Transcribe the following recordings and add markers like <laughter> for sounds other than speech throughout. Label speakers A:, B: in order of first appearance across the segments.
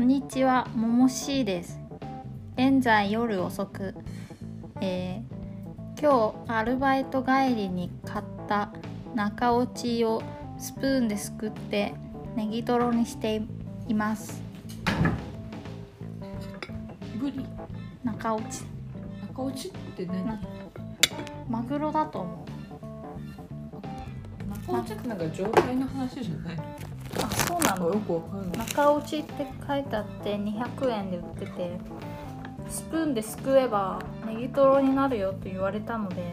A: にちは、ももしーです。現在夜遅く、えー今日アルバイト帰りに買った中落ちをスプーンですくってネギトロにしています。
B: ブリ
A: 中落ち、
B: 中落ちって
A: な
B: 何
A: マグロだと思う。
B: 中落ちってなんか状態の話じゃないの
A: あ、そうな
B: よくわかんない
A: 中落ちって書いてあって200円で売っててスプーンですくえばネギトロになるよと言われたのでや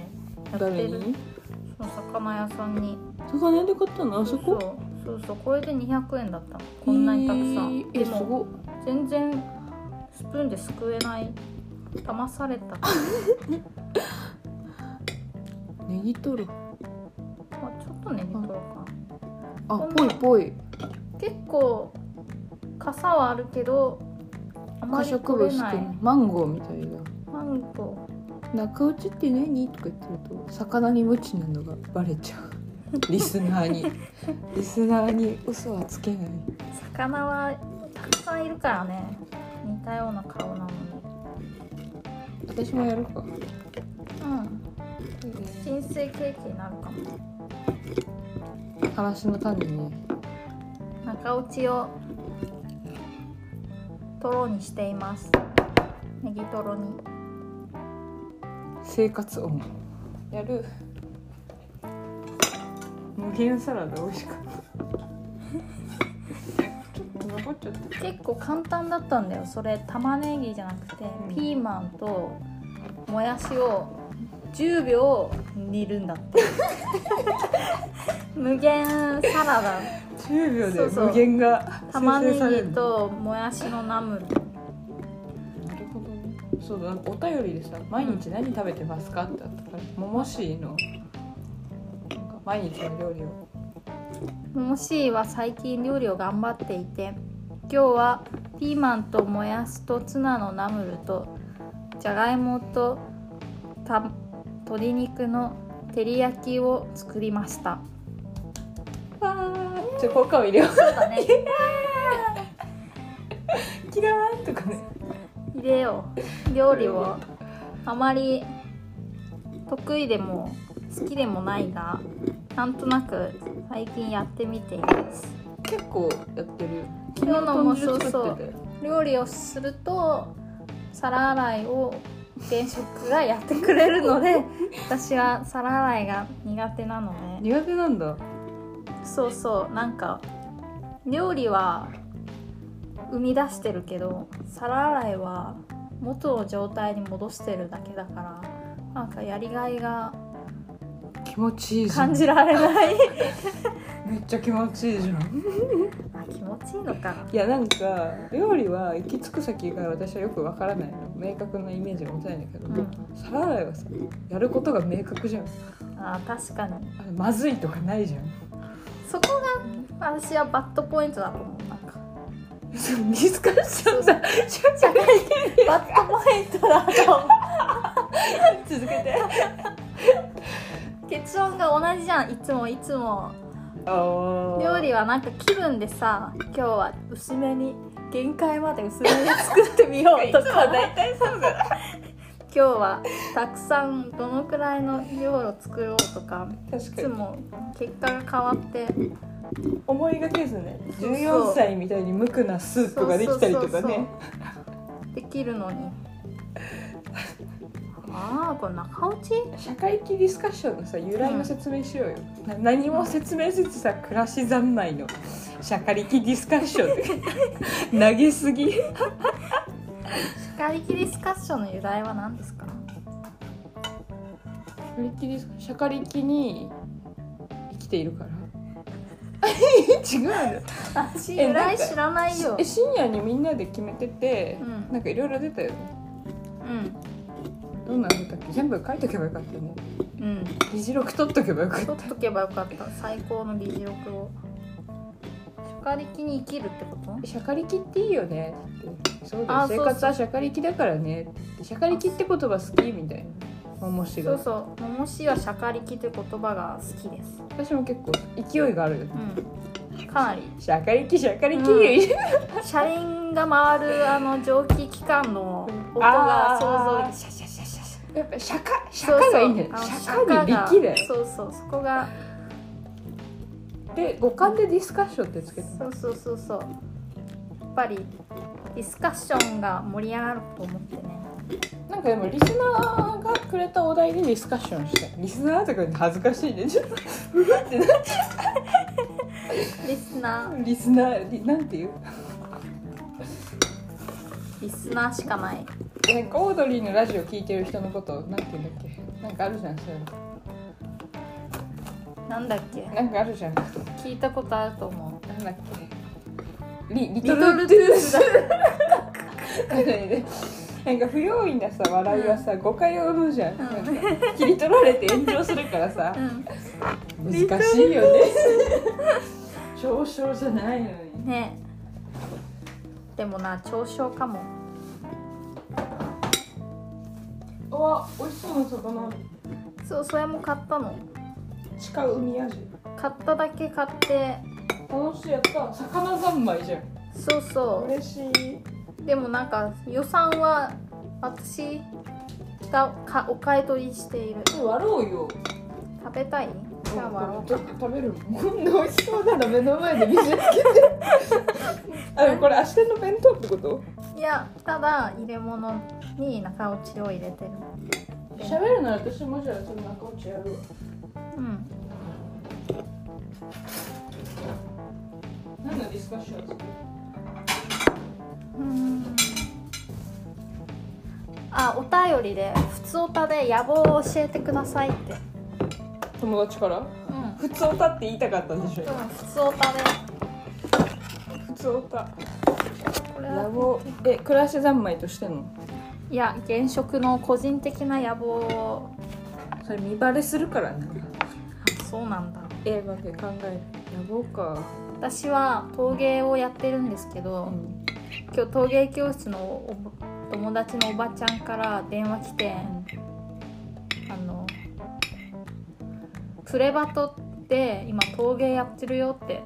A: って
B: 誰
A: る
B: に
A: その魚屋さんに
B: 魚屋で買ったのあそ
A: そう
B: こ
A: そうそうこれで200円だったのこんなにたくさん、
B: えーえ
A: ですも
B: ごっ
A: 全然スプーンですくえない騙されたま
B: ネギトロ
A: あちょっとネギトロか
B: あ
A: こんな
B: ぽいぽい
A: 結構傘はあるけどあま
B: 可
A: り
B: 食
A: 取
B: 部
A: れ
B: して
A: ない
B: マンゴーみたいな
A: マンゴ
B: 中落ちって何とか言ってると魚に無知なのがバレ
A: <laughs>
B: ちゃうリスナーにリスナーに嘘はつけない
A: ー魚はたくさんいるからね似たような顔なのに
B: 私もやるか
A: うん人生ケーキになるかも
B: 話の種にね
A: 中落ちをトロにしていますネギトロに
B: 生活音やる無限サラダ美味しかったちょっ
A: <laughs>
B: と残っちゃっ
A: 結構簡単だったんだよそれ玉ねぎじゃなくて
B: うん
A: ピーマンともやしを10秒煮るんだって
B: <laughs>
A: 無限サラダ
B: た10
A: そ
B: 秒
A: う
B: で
A: そう
B: 無限が
A: 玉ね
B: 生成される
A: ぎともやしのナムル
B: なるほどねそうだお便りでさ「毎日何食べてますか?」ってあったから「ももしーのなんか毎日の料理を
A: もしは最近料理を頑張っていて今日はピーマンともやしとツナのナムルとじゃがいもとた鶏肉の照り焼きを作りました
B: わーちょ効果を入れよう
A: そ
B: <laughs>
A: うだね
B: 「キラーン!」とかね
A: 入れよう料理をあまり得意でも好きでもないがなんとなく最近やってみています
B: 結構やってるよ
A: 今日のも
B: 昨日豚汁
A: そうそ
B: 作
A: う
B: ってて
A: 料理をすると皿洗いを現職がやってくれるの <laughs> で私は皿洗いが苦手なので
B: 苦手なんだ
A: そうそうなんか料理は生み出してるけど皿洗いは元の状態に戻してるだけだからなんかやりがいが
B: 気持ちいいじゃ
A: 感
B: ん
A: じられない
B: めっちゃ気持ちいいじゃん
A: あ気持ちいいのか
B: いやなんか料理は行き着く先が私はよくわからないの明確なイメージが持てないんだけど、
A: うん
B: 皿洗いはさやることが明確じゃん
A: あ確かに
B: あれまずいとかないじゃん
A: そこが私はバッドポイントだと思うなんか
B: デ <laughs> ィスカッションだ
A: 社会的バッドポイントだと思う
B: 続けて
A: 結論が同じじゃんいつもいつも料
B: 料
A: 理はなんか気分でさ今日は薄めに限界まで薄めに作ってみようとかね
B: 大体そうだ
A: 今日はたくさんどのくらいの量を作ろうとか
B: 確
A: い
B: か
A: つ
B: に
A: も結果が変わって
B: 思いがけずね
A: そう
B: 14歳みたいに無垢なスープができたりとか
A: そうそう
B: ね
A: そうできるのにああこれ中落ち
B: 社会的ディスカッションのさ由来の説明しようよ、な何も説明せずさ暮らし三昧の社会的ディスカッションで <laughs> 投げすぎ
A: 社会的ディスカッションの由来は何ですか
B: シャカリキですかシャカリキに生きているから違うよ
A: 私
B: え
A: 由来知らないよ
B: え深夜にみんなで決めてて、
A: うん
B: なんかいろいろ出たよね
A: うん
B: どんなの出たっけ全部書いとけばよかったよね
A: うん
B: 議事録取っとけばよかった
A: 取っとけばよかった最高の議事録を社会的に生きるってこと
B: シャカリキっていいよねってそうだよ
A: あ
B: 生
A: そう
B: 活
A: そう
B: はシャカリキだからねってシャカリキって言葉好きみたいな面白
A: そ
B: いう
A: そう「ももし」は「社会力」という言葉が好きです、
B: 私も結構勢いがあるよね
A: うん、はい
B: シャカリキシャカリキ、 <laughs>
A: う車輪が回るあの蒸気機関の音が想像シャシャシャシャシャ
B: やっぱシャカシ
A: そ
B: ャ
A: う
B: カ
A: そ
B: が
A: う
B: いいんだよ
A: あの
B: シ
A: シャ
B: ャ
A: カ
B: カ
A: が
B: に力だよ
A: そうそうそこが
B: で五感でディスカッションってつけて
A: そうそうそうそうやっぱりディスカッションが盛り上がると思ってね
B: なんかでもリスナーがくれたお題でディスカッションしたいリスナーとか言って恥ずかしいねちょっとうふってな
A: リスナー
B: リスナーリなんていう
A: リスナーしかない
B: なんかオードリーのラジオ聞いてる人のことなんていうんだっけなんかあるじゃんそういうの
A: なんだっけ
B: なんかあるじゃんなんだ
A: 聞いたことあると思う
B: っけリリ
A: リト
B: トル
A: ル
B: ト
A: ト
B: ゥ
A: ゥー
B: ー
A: ス
B: ス
A: だ
B: なんか不用意なさ笑いはさ誤解を生むじゃん,、
A: ん
B: なんか切り取られて炎上するからさ
A: う
B: 難しいよね少々じゃない <laughs> のに
A: んねでもな長小かも
B: あ美味しそうな魚
A: そうそれも買ったの
B: 地下海味
A: 買っただけ買って
B: 楽しいやった魚三昧じゃん
A: そうそ
B: 嬉しいう
A: でもなんか予算は私がかお買い取りしている
B: 割ろうよ
A: 食べたいじゃあ割ろう
B: ちょっと食べるこんな美味しそうなの目の前で見せつ <laughs> けてあこれ明日の弁当ってこと
A: いやただ入れ物に中落ちを入れてる
B: 喋るなら私もじゃあその中落ちやるわ
A: うん
B: 何のディスカッションする
A: うーんあお便りで「普通おたで野望を教えてください」って
B: 友達から
A: うん
B: 普通おたって言いたかったんでし
A: で
B: ょ
A: も普通おたで
B: 普通おた
A: これ
B: ラ
A: は
B: ボえ暮らし三昧としての
A: いや現職の個人的な野望を
B: それ見バレするからね
A: あそうなんだ
B: え待って考える野望か、
A: 私は陶芸をやってるんですけど、
B: うん、
A: 今日陶芸教室のお友達のおばちゃんから電話来て、あのプレバトって今陶芸やってるよって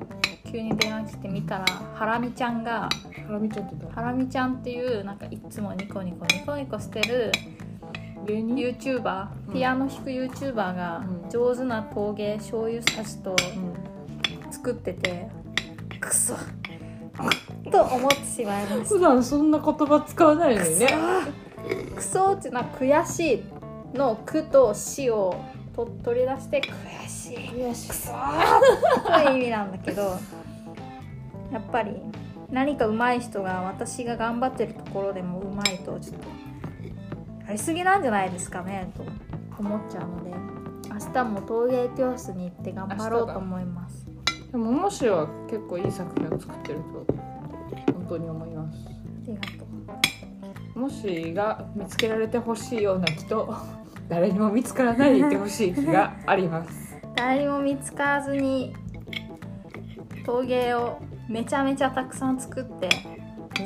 A: 急に電話来てみたらハラミちゃんが
B: ハラミちゃんって誰
A: ハラミちゃんっていうなんかいつもニコニコニコニコしてる
B: 芸人
A: YouTuber
B: うん
A: ピアノ弾く YouTuber が
B: うん
A: 上手な陶芸醤油差しと
B: うん
A: 作っててクソと思ってしまいまし
B: 普段そんな言葉使わないのにね
A: たクソっていうのは悔しいの「く」と「し」をと取り出して悔しい
B: よし
A: くそという意味なんだけどやっぱり何か上手い人が私が頑張ってるところでも上手いとちょっとやりすぎなんじゃないですかねと思っちゃうので明日も陶芸教室に行って頑張ろうと思います
B: でももしは結構いい作品を作ってると本当に思います
A: ありがとう
B: もしが見つけられてほしいような人 <laughs> 誰にも見つからないでいてほしい気があります
A: 誰にも見つからずに陶芸をめちゃめちゃたくさん作って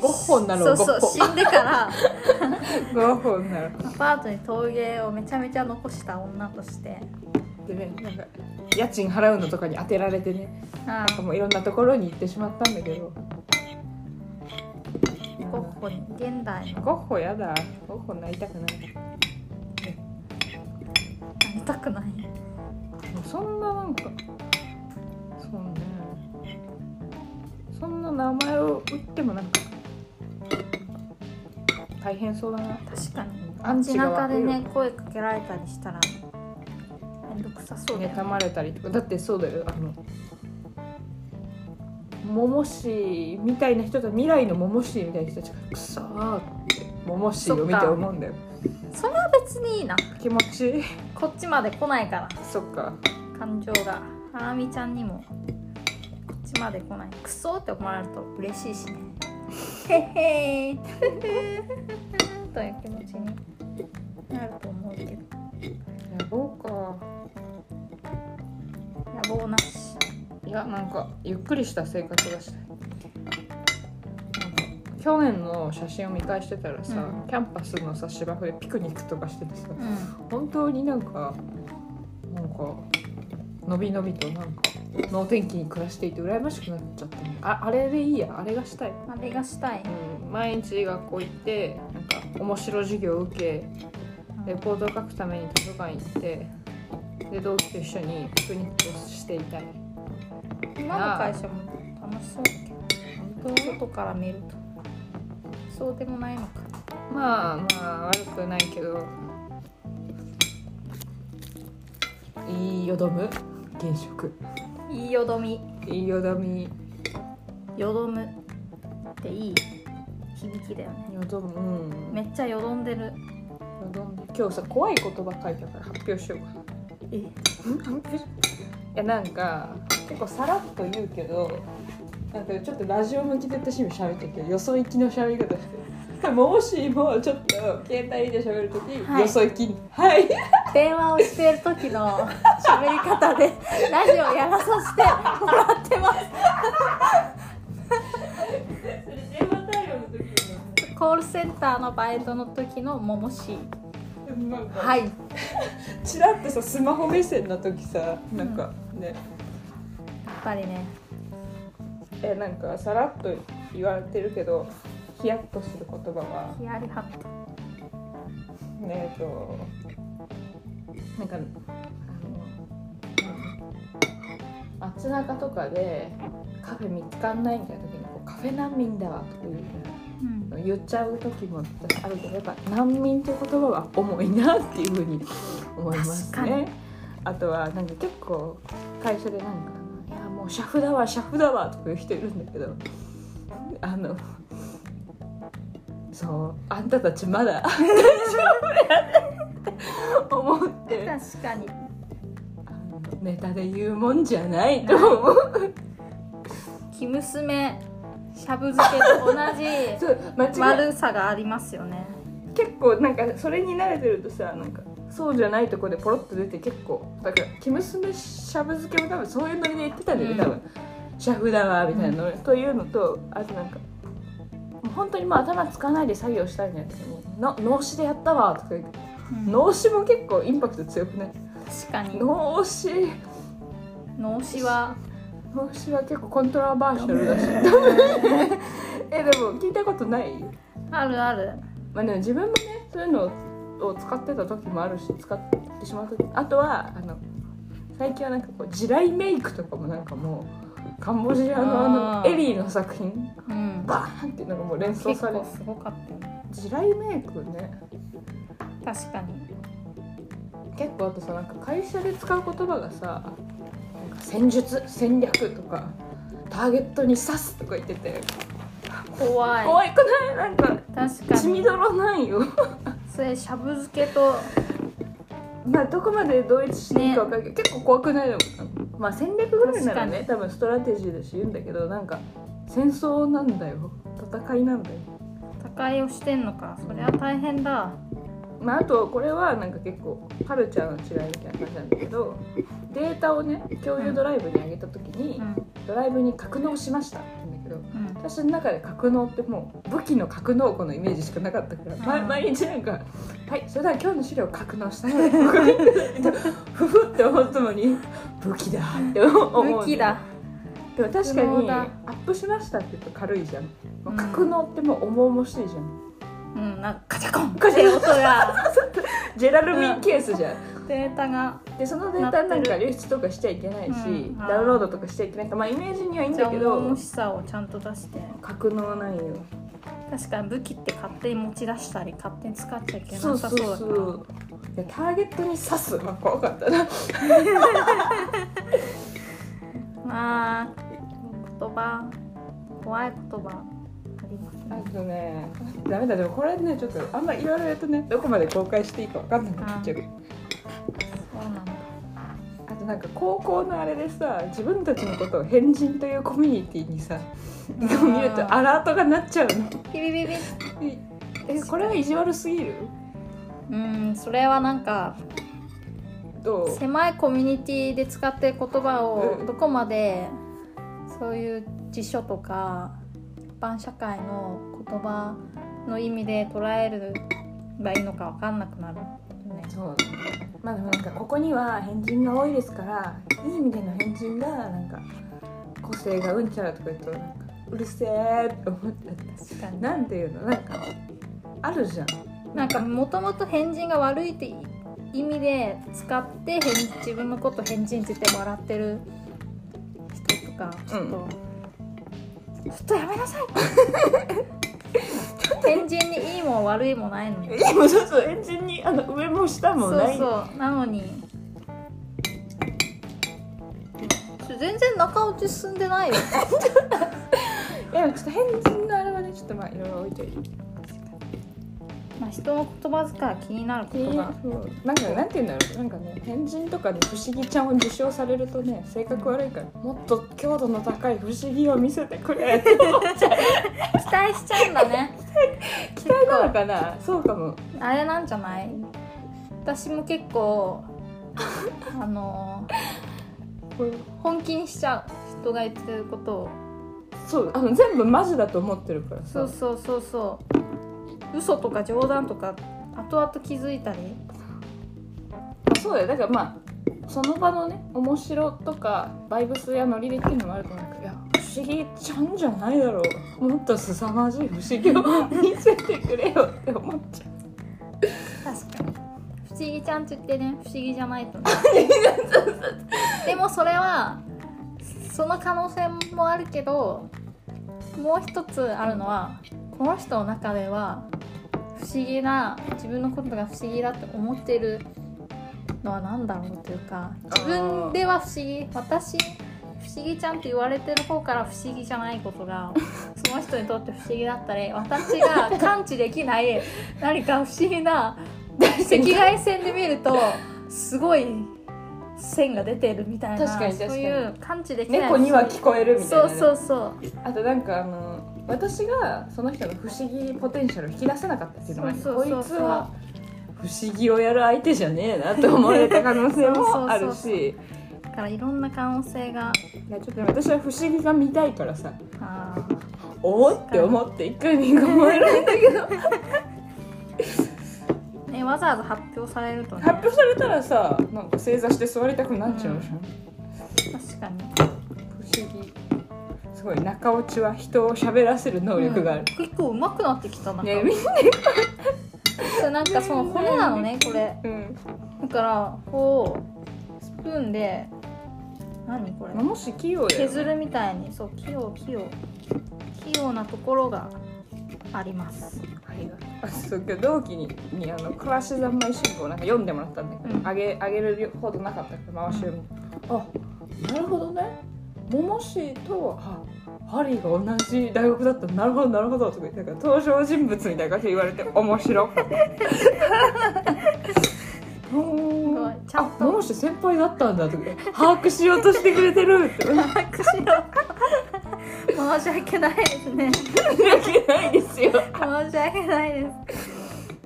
B: 5本なの5
A: そうそう死
B: 本
A: んでから
B: 5本なの
A: アパートに陶芸をめちゃめちゃ残した女として
B: でねなんか家賃払うのとかに当てられてね
A: あ
B: なんかもういろんなところに行ってしまったんだけど
A: ゴッホに現代の
B: ゴッホやだゴッホなりたくない
A: なりたくない
B: もうそんななんかそうねそんな名前を打ってもなんか大変そうだな
A: 確かに
B: アンチ
A: 街中
B: が湧く
A: で
B: よ
A: ね声かけられたりしたらめんどくさそうだよね
B: 妬まれたりとかだってそうだよあの桃師みたいな人と未来の桃師みたいな人たちがくそーって桃師を見て思うんだよ
A: それは別にいいな
B: 気持ち <laughs> いい
A: こっちまで来ないから
B: そっか
A: 感情がハラミちゃんにもこっちまで来ないクソって思われると嬉しいしねへっへーという気持ちになると思うけど
B: やぼうか
A: 野望なし
B: いやなんかゆっくりした生活がしたいなんか去年の写真を見返してたらさ、
A: う
B: キャンパスのさ芝生でピクニックとかしててさ
A: うん
B: 本当になんかなんかのびのびとなんかのお天気に暮らしていて羨ましくなっちゃってああれでいいやあれがしたい、
A: あれがしたい
B: うん、毎日学校行ってなんか面白授業を受けレポートを書くために図書館行ってで同期と一緒にピクニックをしていたい
A: 今の会社も楽しそうだけど外から見るとそうでもないのか
B: まあまあ悪くないけどいいよどむ現職
A: いいよどみ
B: いいよどみ
A: よどむっていい響きだよね
B: よどむうん
A: め
B: よ
A: っちゃよどんでる
B: どんで今日さ怖い言葉書いたから発表しようか
A: え
B: いやなんか結構さらっと言うけどなんかちょっとラジオ向きで私今喋ってるけどよそ行きの喋り方してもしもちょっと携帯で喋るとき、
A: はい
B: よそ行きはい
A: 電話をしてる時の喋り方でラジオやらさせてもらってます
B: それ電話対応の時
A: コールセンターのバイトの時のももし
B: になんか
A: はい
B: チラッとさスマホ目線の時さなんかね、
A: やっぱりね
B: えなんかさらっと言われてるけどヒヤッとする言葉は
A: ヒヤリハット
B: ねえっとなんかあの街中とかでカフェ見つかんないみたいな時にこうカフェ難民だわとか
A: うん
B: 言う言っちゃう時もあるけどやっぱ難民っていう言葉は重いなっていうふうに思います
A: 確かに
B: ね。あとはなんか結構会社でなんか「いやもうシャフだわシャフだわ」とか言う人いるんだけどあのそうあんたたちまだ大丈夫やねって思って。
A: 確かに
B: ネタで言うもんじゃないと思
A: <laughs>
B: う。
A: 生娘しゃぶ漬けと同 <laughs> じ
B: そう間違い
A: 悪さがありますよね
B: 結構なんかそれに慣れてるとさなんかそうじゃないとこでポロッと出て結構だから「生娘しゃぶ漬け」も多分そういうノリで言ってたんだよ
A: う
B: ね、
A: ん
B: 多分「シャフだわ」みたいなの、というのとあとなんかもう本当にまあ頭使わないで作業したいんだけど「脳死でやったわ」とか言って
A: うん
B: 脳死も結構インパクト強くない
A: 確かに
B: 脳死
A: 脳死は
B: 脳死は結構コントラバーシャルだし <laughs> えでも聞いたことない
A: あるある
B: まあでも自分もねそういうのをを使ってた時もあるし使ってしまう時あとはあの最近はなんかこう地雷メイクとかもなんかもうカンボジアのあ
A: あ
B: の
A: ー
B: エリーの作品
A: うん
B: バーンってなんかもう連想
A: 結
B: され
A: 構
B: る
A: すごかったよね
B: 地雷メイクね
A: 確かに
B: 結構あとさなんか会社で使う言葉がさなんか戦術戦略とかターゲットに刺すとか言ってて
A: 怖い
B: 怖くないなんか
A: 確か
B: 血み
A: に
B: どろないよ
A: それしゃぶ漬けと
B: まあどこまで同一していいか分かるけど、結構怖くないでもまあ戦略ぐらいならね多分ストラテジーだし言うんだけどなんか戦争なんだよ戦いなんだよ
A: 高いをしてんのかそりゃ大変だ
B: まああとこれはなんか結構カルチャーの違いみたいな感じなんだけどデータをね共有ドライブに上げた時に、
A: うん
B: ドライブに格納しましたって言うんだけど
A: うん
B: 私の中で格納ってもう武器の格納庫のイメージしかなかったから、ま
A: うん
B: 毎日なんか「はいそれでは今日の資料を格納した
A: <laughs>
B: ので」ふふって思ったのに武器だって思う
A: 武器だ
B: でも確
A: 格
B: か
A: 納
B: に「
A: だ
B: アップしました」って言うと軽いじゃん、まあ
A: うん
B: 格納ってもう重々しいじゃん
A: うんなんかカチャコンっていう音 <laughs> が
B: ジェラルミンケースじゃん、
A: データが
B: でそのデータなん
A: な
B: か
A: っ
B: 流出とかしちゃいけない
A: う
B: し、
A: ん
B: ダウンロードとかしちゃいけないからまあイメージにはいいん
A: じゃ
B: だ
A: あ
B: け
A: 重
B: ど
A: 々しさをちゃんと出して
B: 格納ないよ
A: 確かに武器って勝手に持ち出したり勝手に使っちゃいけな
B: そう
A: さ
B: そ
A: そう
B: う
A: だから
B: そういやターゲットに刺すは怖かったな
A: まあ言葉怖い言葉ありますね
B: あとね、ダメだ、でもこれね、ちょっとあんまいろいろやるとね、どこまで公開していいかわかんなくなっちゃう。
A: そうなんだ
B: あとなんか高校のあれでさ、自分たちのことを変人というコミュニティにさ、見るとアラートが鳴っちゃうの。
A: ビビビビ
B: え、これは意地悪すぎる
A: うんそれはなんか
B: どう
A: 狭いコミュニティで使ってる言葉を
B: うん
A: どこまでそういう辞書とか一般社会の言葉の意味で捉えればいいのか分かんなくなるよね
B: そうまあでもなんかここには変人が多いですからいいみたいな変人がなんか個性がうんちゃらとか言うとなんかうるせえって思っちゃった
A: 確かに
B: なんていうのなんかあるじゃん
A: なんかもともと変人が悪いって意味で使って変自分のこと変人って言って笑ってる人とかちょっと、ちょっとやめなさい変人にいいも悪いもないのに
B: でもちょっとエンジンにあの上も下もない
A: そうそうなのに全然中落ち進んでない
B: <laughs>
A: よ
B: いやちょっと変人のあれはねちょっとまあいろいろ置いといて
A: まあ人の言葉遣いは気になることが
B: そうなんかなんていうんだろうなんかね変人とかで不思議ちゃんを受賞されるとね性格悪いからもっと強度の高い不思議を見せてく <laughs> れって思っちゃう
A: 期待しちゃうんだね
B: 期待なのかなそうかも
A: あれなんじゃない私も結構あの本気にしちゃう人が言ってることを
B: そうあの全部マジだと思ってるから
A: そうそうそうそう嘘とか冗談とか後々気づいたり
B: あそうだよだからまあその場のね面白とかバイブスやノリでっていうのもあると思うけどいや不思議ちゃんじゃないだろうもっと凄まじい不思議を見せてくれよって思っち <laughs> ゃう
A: 確かに不思議ちゃんって言ってね不思議じゃないとねでもそれはその可能性もあるけどもう一つあるのはこの人の中では不思議な自分のことが不思議だって思ってるのは何だろうというか自分では不思議私不思議ちゃんって言われてる方から不思議じゃないことがその人にとって不思議だったり私が感知できない何か不思議な赤外線で見るとすごい線が出てるみたいな
B: 確かに確かに
A: そういう感知できない
B: 猫には聞こえるみたいな、ね、
A: そうそうそう
B: あとなんかあの私がその人の不思議ポテンシャルを引き出せなかったっていうのもあり
A: そうそうそうそう
B: こいつは不思議をやる相手じゃねえなと思われた可能性もある <laughs> し
A: そうそうだからいろんな可能性が
B: いやちょっと私は不思議が見たいからさ
A: あ
B: おおって思って一回に構えられたけ <laughs> ど
A: ー、ね、わざわざ発表されるとね
B: 発表されたらさなんか正座して座りたくなっちゃうじゃん、
A: 確かに
B: 不思議すごい中落ちは人を喋らせる能力がある、
A: うん結構上手くなってきたな
B: ねみん
A: そうなんかその骨なのねこれ
B: う
A: だ
B: ん
A: からこうスプーンで何これ
B: まあもし器用だよ
A: 削るみたいにそう器用器用器用なところがあります
B: あそう今日同期ににあの「暮らし三昧新聞」なんか読んでもらったんだけど、
A: うん
B: あげあげるほどなかったから回し読み、あなるほどねももしーとあハリーが同じ大学だったなるほどなるほどとか言ってなんか登場人物みたいな感じで言われて面白かった <laughs> うーん
A: ちゃんと
B: あももし先輩だったんだとか <laughs> 把握しようとしてくれてるって
A: 把握しろ申し訳ないですね
B: <laughs> 泣けないですよ
A: 申し訳ないです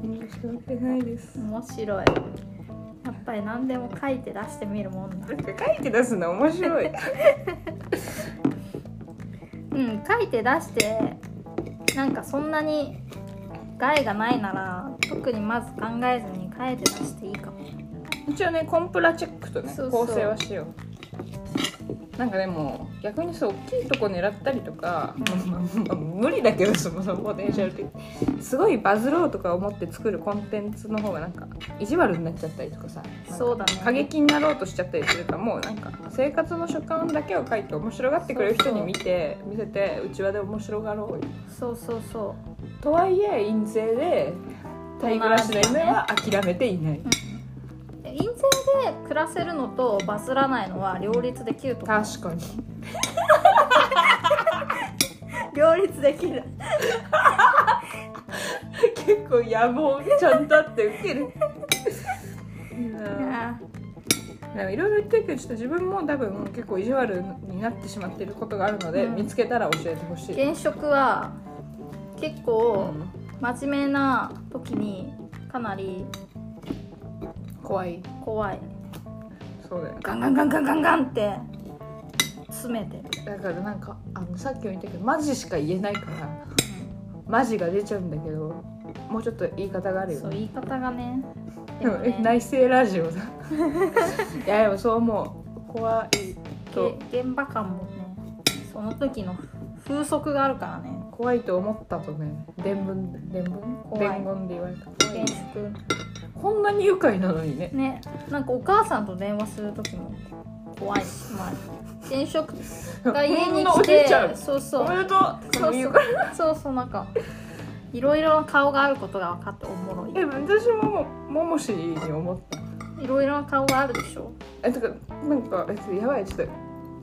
B: 申し訳ないです
A: 面白いやっぱり何でも書いて出してみるもんだ
B: なんか書いて出すの面白い
A: うん書いて出してなんかそんなに害がないなら特にまず考えずに書いて出していいかも
B: 一応ねコンプラチェックとね
A: そうそう
B: 構成はしようなんかでも逆にそう大きいとこ狙ったりとか、
A: うん
B: まあまあ <laughs> 無理だけどそもそもポテンシャル的にすごいバズろうとか思って作るコンテンツの方がなんか意地悪になっちゃったりとかさ
A: そうだね
B: 過激になろうとしちゃったりするからもうなんか生活の所感だけを書いて面白がってくれる人に見て見せてうちわで面白がろうよ
A: そうそうそ
B: とはいえ印税でタイ暮らしの夢は諦めていない、
A: うで陰性で暮らせるのとバズらないのは両立できると思う
B: 確かに
A: 両立できる
B: 結構野望ちゃんとあってウケる。
A: あ
B: でもいろいろ言ってるけどちょっと自分も多分結構意地悪になってしまってることがあるので、
A: うん
B: 見つけたら教えてほしい。
A: 現職は結構真面目な時にかなり
B: 怖い。
A: 怖い
B: そうだよ。
A: ガンガンガンガンガンガンって詰めてる
B: だからなんかあのさっきも言ったけどマジしか言えないからマジが出ちゃうんだけどもうちょっと言い方があるよ
A: そう
B: ね。
A: 言い
B: <laughs>
A: 方がね
B: でもえ
A: ね
B: <laughs> 内政ラジオだ。いやでもそう思う。こはいいと
A: げ現場感もねその時の風速があるからね
B: 怖いと思ったとね伝聞伝聞
A: 怖い
B: 伝言で言われた
A: 転職
B: こんなに愉快なのにね
A: ねなんかお母さんと電話する時も怖いし、まあ、転職が家に
B: こんなお
A: 来
B: じい
A: て
B: ちゃん
A: そうそう
B: おめでとうって
A: そう
B: 言
A: そう
B: うから
A: そうそうなんかいろいろな顔があることが分かっておもろ
B: え
A: い
B: 私ももももしに思った
A: いろいろな顔があるでしょ
B: えとかなんかえやばいちょっと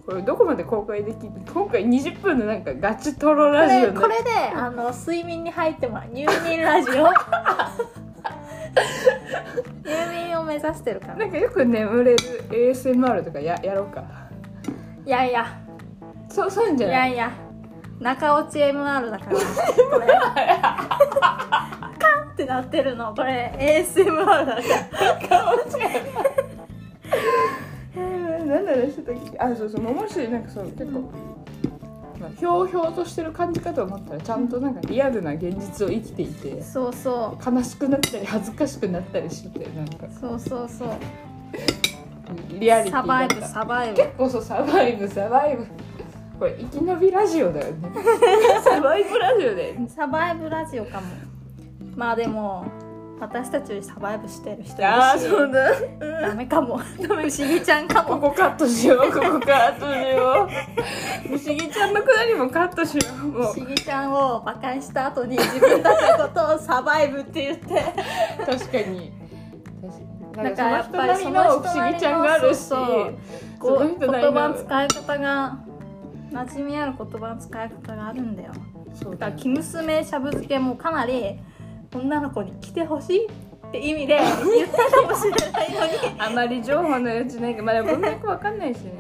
B: これどこまで公開できる今回20分のなんかガチトロ
A: こ
B: ラジオ
A: れ
B: ね
A: これであの睡眠に入ってもらう入眠ラ
B: <laughs>
A: ジオ入眠を目指してるから
B: なんかよく眠れる ASMR とかややろうか
A: いやいや
B: そうそういうん
A: い
B: じゃな
A: や
B: い
A: いや中落ち MR
B: <laughs>
A: だからこれカンってなってるのこれ ASMR だから
B: えーなんだろうちょっとあそうそうももしなんかそう結構、まあ、ひょうひょうとしてる感じかと思ったらちゃんとなんかリアルな現実を生きていて
A: そうそ
B: 悲しくなったり恥ずかしくなったりしてなんか
A: うそうそうそう
B: リアリテ
A: サ
B: ィだ
A: バ
B: っ
A: イ
B: た
A: ブサバイブ
B: 結構そうサバイブサバイブこれ生き延びラジオだよね <laughs> サバイブラジオで
A: サバイブラジオかもまあでも私たちよりサバイブしてる人いるし
B: ああそうだ
A: ダメかも不思議ちゃんか
B: こ
A: も
B: こカットしようここカットしよう不思議ちゃんのくだりもカットしよう
A: 不
B: もう
A: 思議ちゃんを馬鹿にした後に自分たちのことをサバイブって言って <laughs>
B: 確かに
A: だ
B: 確
A: か
B: からに
A: やっ
B: な
A: ぱ
B: んか
A: り
B: そ
A: そ
B: の人
A: の人
B: な
A: なりの
B: りの不思議ちゃんがあるし
A: そうそう
B: その
A: こう
B: 人
A: 言
B: なりの
A: 葉使い方が馴染みある言葉の使い方があるんだよ
B: そう
A: だ
B: だ
A: から「生娘しゃぶ漬け」もかなり女の子に来てほしいって意味で言ったかもし <laughs> れないのに
B: あまり情報の余地ないけどまあでも文脈わかんないしね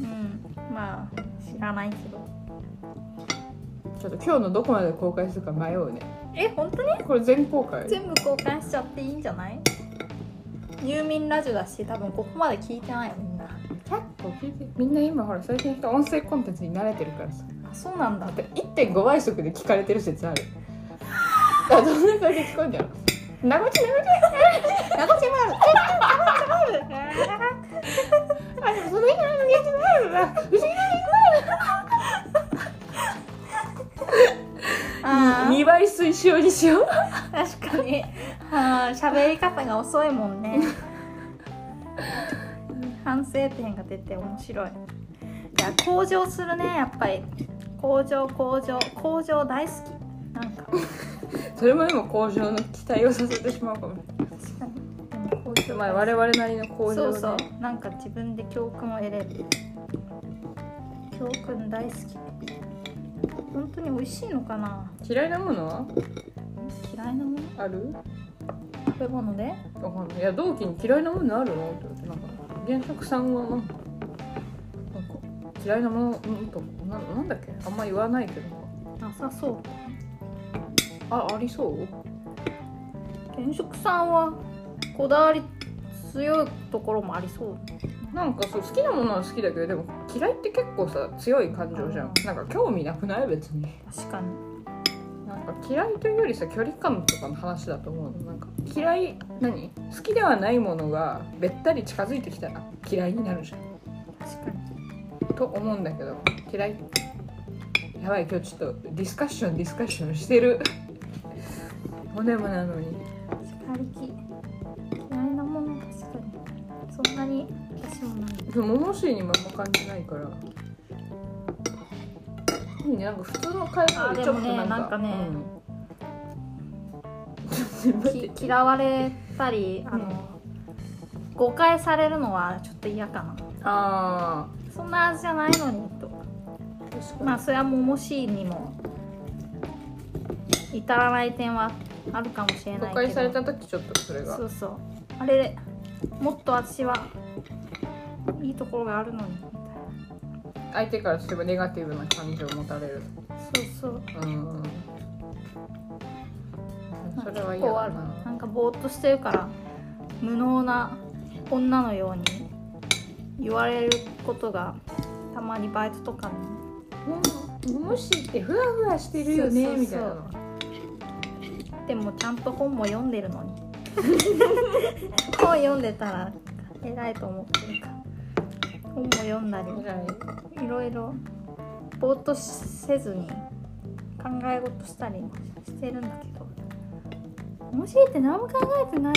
A: うんまあ知らないけど
B: ちょっと今日のどこまで公開するか迷うね
A: え本当に
B: これ全公開
A: 全部交換しちゃっていいんじゃない入眠ラジオだし多分ここまで聞いてないよみんな
B: 結構聞いてみんな今ほら最近人音声コンテンツに慣れてるからさ
A: あそうなん <laughs> だ
B: だって1.5倍速で聞かれてる説あるだからどんなだけ聞こえんじゃんなごちなごち
A: 名古屋マル名古屋マル
B: あでもその日の現実だよな不思議
A: あ
B: 2倍推奨にしよう
A: ー確かにあー喋り方が遅いもんね反省点が出て面白いいや向上するねやっぱり向上向上向上大好きなんか
B: それもでも向上の期待をさせてしまうかもし
A: 確かに向
B: れ
A: 上
B: ないまあ我々なりの向
A: そ
B: 上、
A: う
B: ね、
A: そうなんか自分で教訓を得れる教訓大好き本当に美味しいのかな
B: 嫌いなものは
A: 嫌いなもの
B: ある
A: 食べ物で
B: わかんないいや同期に嫌いなものあるのって言われてなんか原作さんはなんかなんか嫌いなものうんとななんだっけあんま言わないけど
A: なさそう
B: あありそう
A: 転職さんはこだわり強いところもありそう
B: なんかそう好きなものは好きだけどでも嫌いって結構さ強い感情じゃん
A: う
B: なんか興味なくない別に
A: 確かに
B: なんか嫌いというよりさ距離感とかの話だと思うのなんか嫌い何好きではないものがべったり近づいてきたら嫌いになるじゃん
A: 確かに
B: と思うんだけど嫌いやばい今日ちょっとディスカッションディスカッションしてる骨もなのに
A: 力力嫌いなもの確かにそんなに私もない
B: でももしにもあんま感じないからいいねなんか普通の会話よりちょっ
A: あでも
B: となんか
A: ねなんかね
B: うん待って
A: き嫌われたりあの、誤解されるのはちょっと嫌かな
B: <laughs> あ
A: そんな味じゃないのにと
B: あ確かに、
A: まあそれはももしいにも至らない点はあるかもしれないけ
B: 誤
A: ど
B: 解された時ちょっとそれが
A: そうそうあれもっと私はいいところがあるのにみたい
B: 相手からすればネガティブな感情を持たれる
A: なそうそう
B: うんそれは
A: 結
B: 嫌
A: 構あ
B: だ
A: る
B: な
A: なんかぼーっとしてるから無能な女のように言われることがたまにバイトとかに
B: ももしってふわふわしてるよねみたいなの
A: でもちゃんと本も読んでるのに <laughs> 本読んでたら偉いと思ってるか本も読んだり
B: 偉い
A: いろいろぼーっとせずに考え事したりしてるんだけど面白いって何も考えてない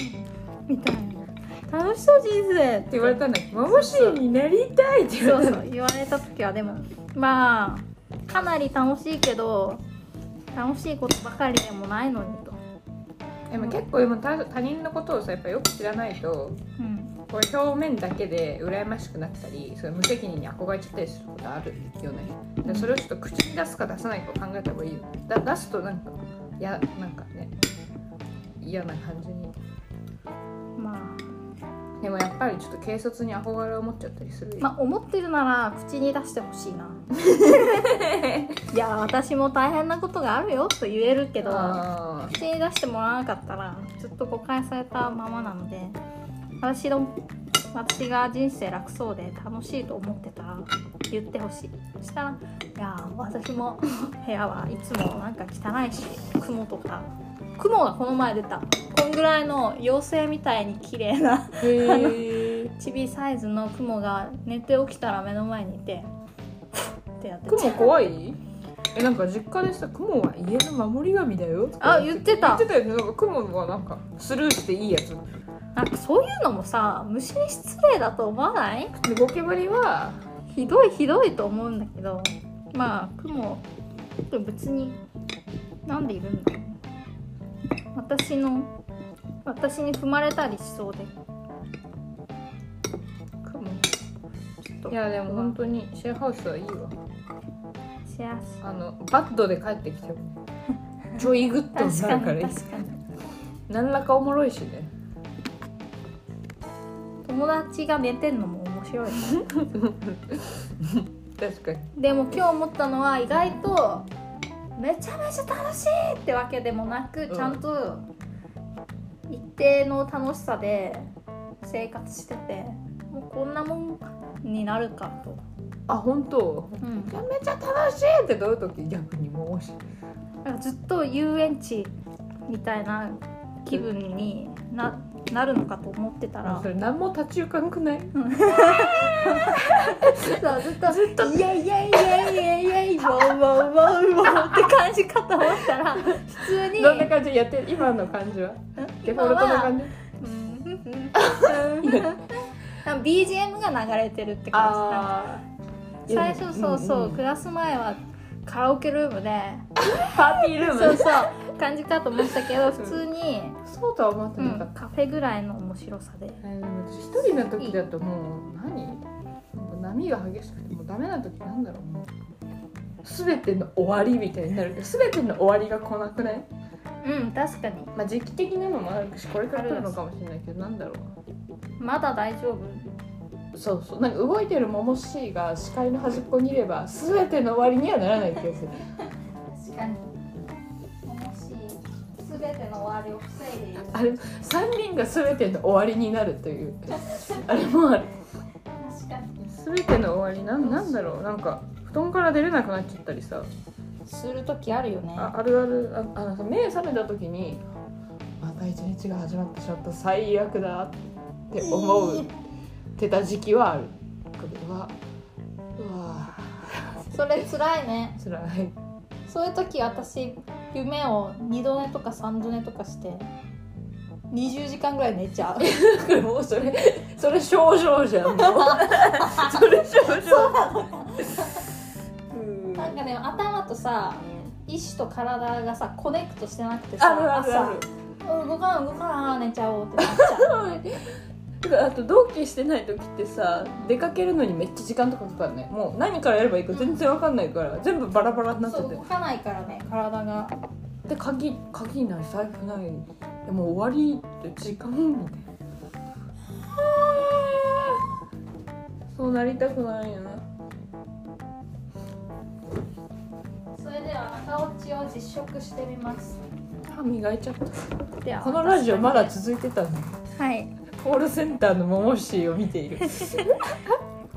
A: みたいな楽しそう人生って
B: って言われたんだけど「マムシーになりたい」って言
A: そ
B: わ
A: う
B: れた
A: そ
B: の
A: う言われた時はでもまあかなり楽しいけど楽しいことばかりでもないのにと、
B: でも結構でも他他人のことをさやっぱよく知らないと
A: うん、
B: これ表面だけで羨ましくなったりそれ無責任に憧れちゃったりすることあるよねでそれをちょっと口に出すか出さないかを考えた方がいいよだ出すとなんかいやなんかね嫌な感じに
A: ま
B: でもやっぱりちょっと軽率に憧れを持っちゃったりする
A: あまあ思ってるなら口に出してほしい <laughs> ないや私も大変なことがあるよと言えるけど
B: <laughs> あ
A: 口に出してもらわなかったらずっと誤解されたままなので私の私が人生楽そうで楽しいと思ってたら言ってほしいそしたら「いやー私も <laughs> 部屋はいつもなんか汚いし雲とか雲がこの前出たこんぐらいの妖精みたいに綺麗な <laughs>
B: ーへえ
A: ちびサイズの雲が寝て起きたら目の前にいてってやって
B: 雲怖いえなんか実家でさ雲は家の守り神だよとか
A: あ言ってた
B: 言ってたよねなんか雲はなんかスルーしていいやつ
A: なんかそういうのもさ虫に失礼だと思わない
B: でゴキブリは
A: ひどいひどいと思うんだけどまあ雲って別になんでいるんだろう私の私に踏まれたりしそうで
B: 雲
A: ちょっと
B: いやでも本当にシェアハウスはいいわ
A: シェアし
B: あのバッドで帰ってきても <laughs> ちょいグッと
A: 確
B: に
A: か
B: なるからい
A: に
B: い
A: 確かに
B: 何らかおもろいしね
A: 友達が寝てんのも面白いね
B: 確かに
A: でも今日思ったのは意外とめちゃめちゃ楽しいってわけでもなく
B: うん
A: ちゃんと一定の楽しさで生活しててもうこんなもんになるかと、
B: あ本当
A: うん
B: めちゃめちゃ楽しいってどういう時逆にもうし
A: なんかずっと遊園地みたいな気分にななるのかと思ってたら
B: それ何も立ち行かんくない
A: そうずっとずっとイエイイエイイエイイエイイエイウォーウォーウォーウォーって感じかと思ったら普通に
B: どんな感じやって今の感じはデフォルトの感じ
A: なんか BGM が流れてるって感じ
B: ー
A: 最初そうそう、
B: ん
A: クラス前はカラオケルームで
B: パーティールーム
A: そうそう感じかと思ったけど普通に、
B: そうとは思って
A: う
B: なかっ
A: ん
B: た、
A: カフェぐらいの面白さで
B: えーでも私一人の時だともう何なんか波が激しくてもうダメな時なんだろうもう全ての終わりみたいになるけど全ての終わりが来なくない
A: うん確かに
B: まあ時期的なのもあるしこれから来るのかもしれないけどなんだろ
A: まだ大丈夫
B: うそうそうなんか動いてるモモシーが視界の端っこにいれば全ての終わりにはならない気がする
A: 確かに楽しい全ての終わりを防いでいる
B: あれ3人が全ての終わりになるというあれもある
A: 確かに
B: 全ての終わりなんなんだろうなんか布団から出れなくなっちゃったりさ
A: する時あるよね
B: ああるあるああのさ目覚めた時にまた一日が始まってしまった最悪だって思うってた時期はあるこれはうわ
A: それ辛いね
B: つらい
A: そういう時私夢を二度寝とか三度寝とかして20時間ぐらい寝ち <laughs> ゃう
B: だから <laughs> もうそれそれ症状じゃ <laughs> んもうそれ症状 <laughs> うん
A: なんかね頭とさ意志と体がさコネクトしてなくてさ
B: あるあるある
A: 朝動かん動かん寝ちゃおうってなっちゃう
B: だからあと同期してない時ってさ出かけるのにめっちゃ時間とかかかるねもう何からやればいいか全然わかんないから全部バラバラになって
A: そう
B: て
A: 動か <laughs> ないからね体が
B: で鍵鍵ない財布ないでもう終わりって時間みたいなそうなりたくないよな
A: それでは中落ちを実食してみます
B: 歯磨いちゃった
A: では
B: このラジオまだ続いてたの
A: はい
B: コールセンターのモモシーを見ている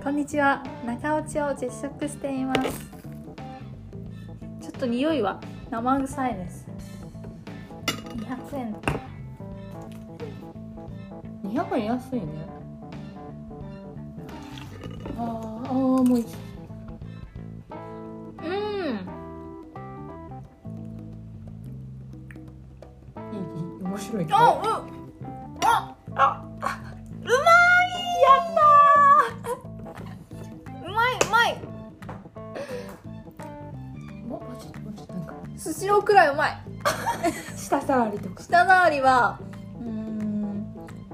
A: こんにちは中落ちを実食していますちょっと匂いは生臭いです200円
B: 200円安いねあーあーもういいいい面白いけど
A: あうんうまいやったーうまいうまい
B: もうちょっともうちょっとなんか
A: スシローくらいうまい
B: 舌触りとか
A: 舌触りはうーんう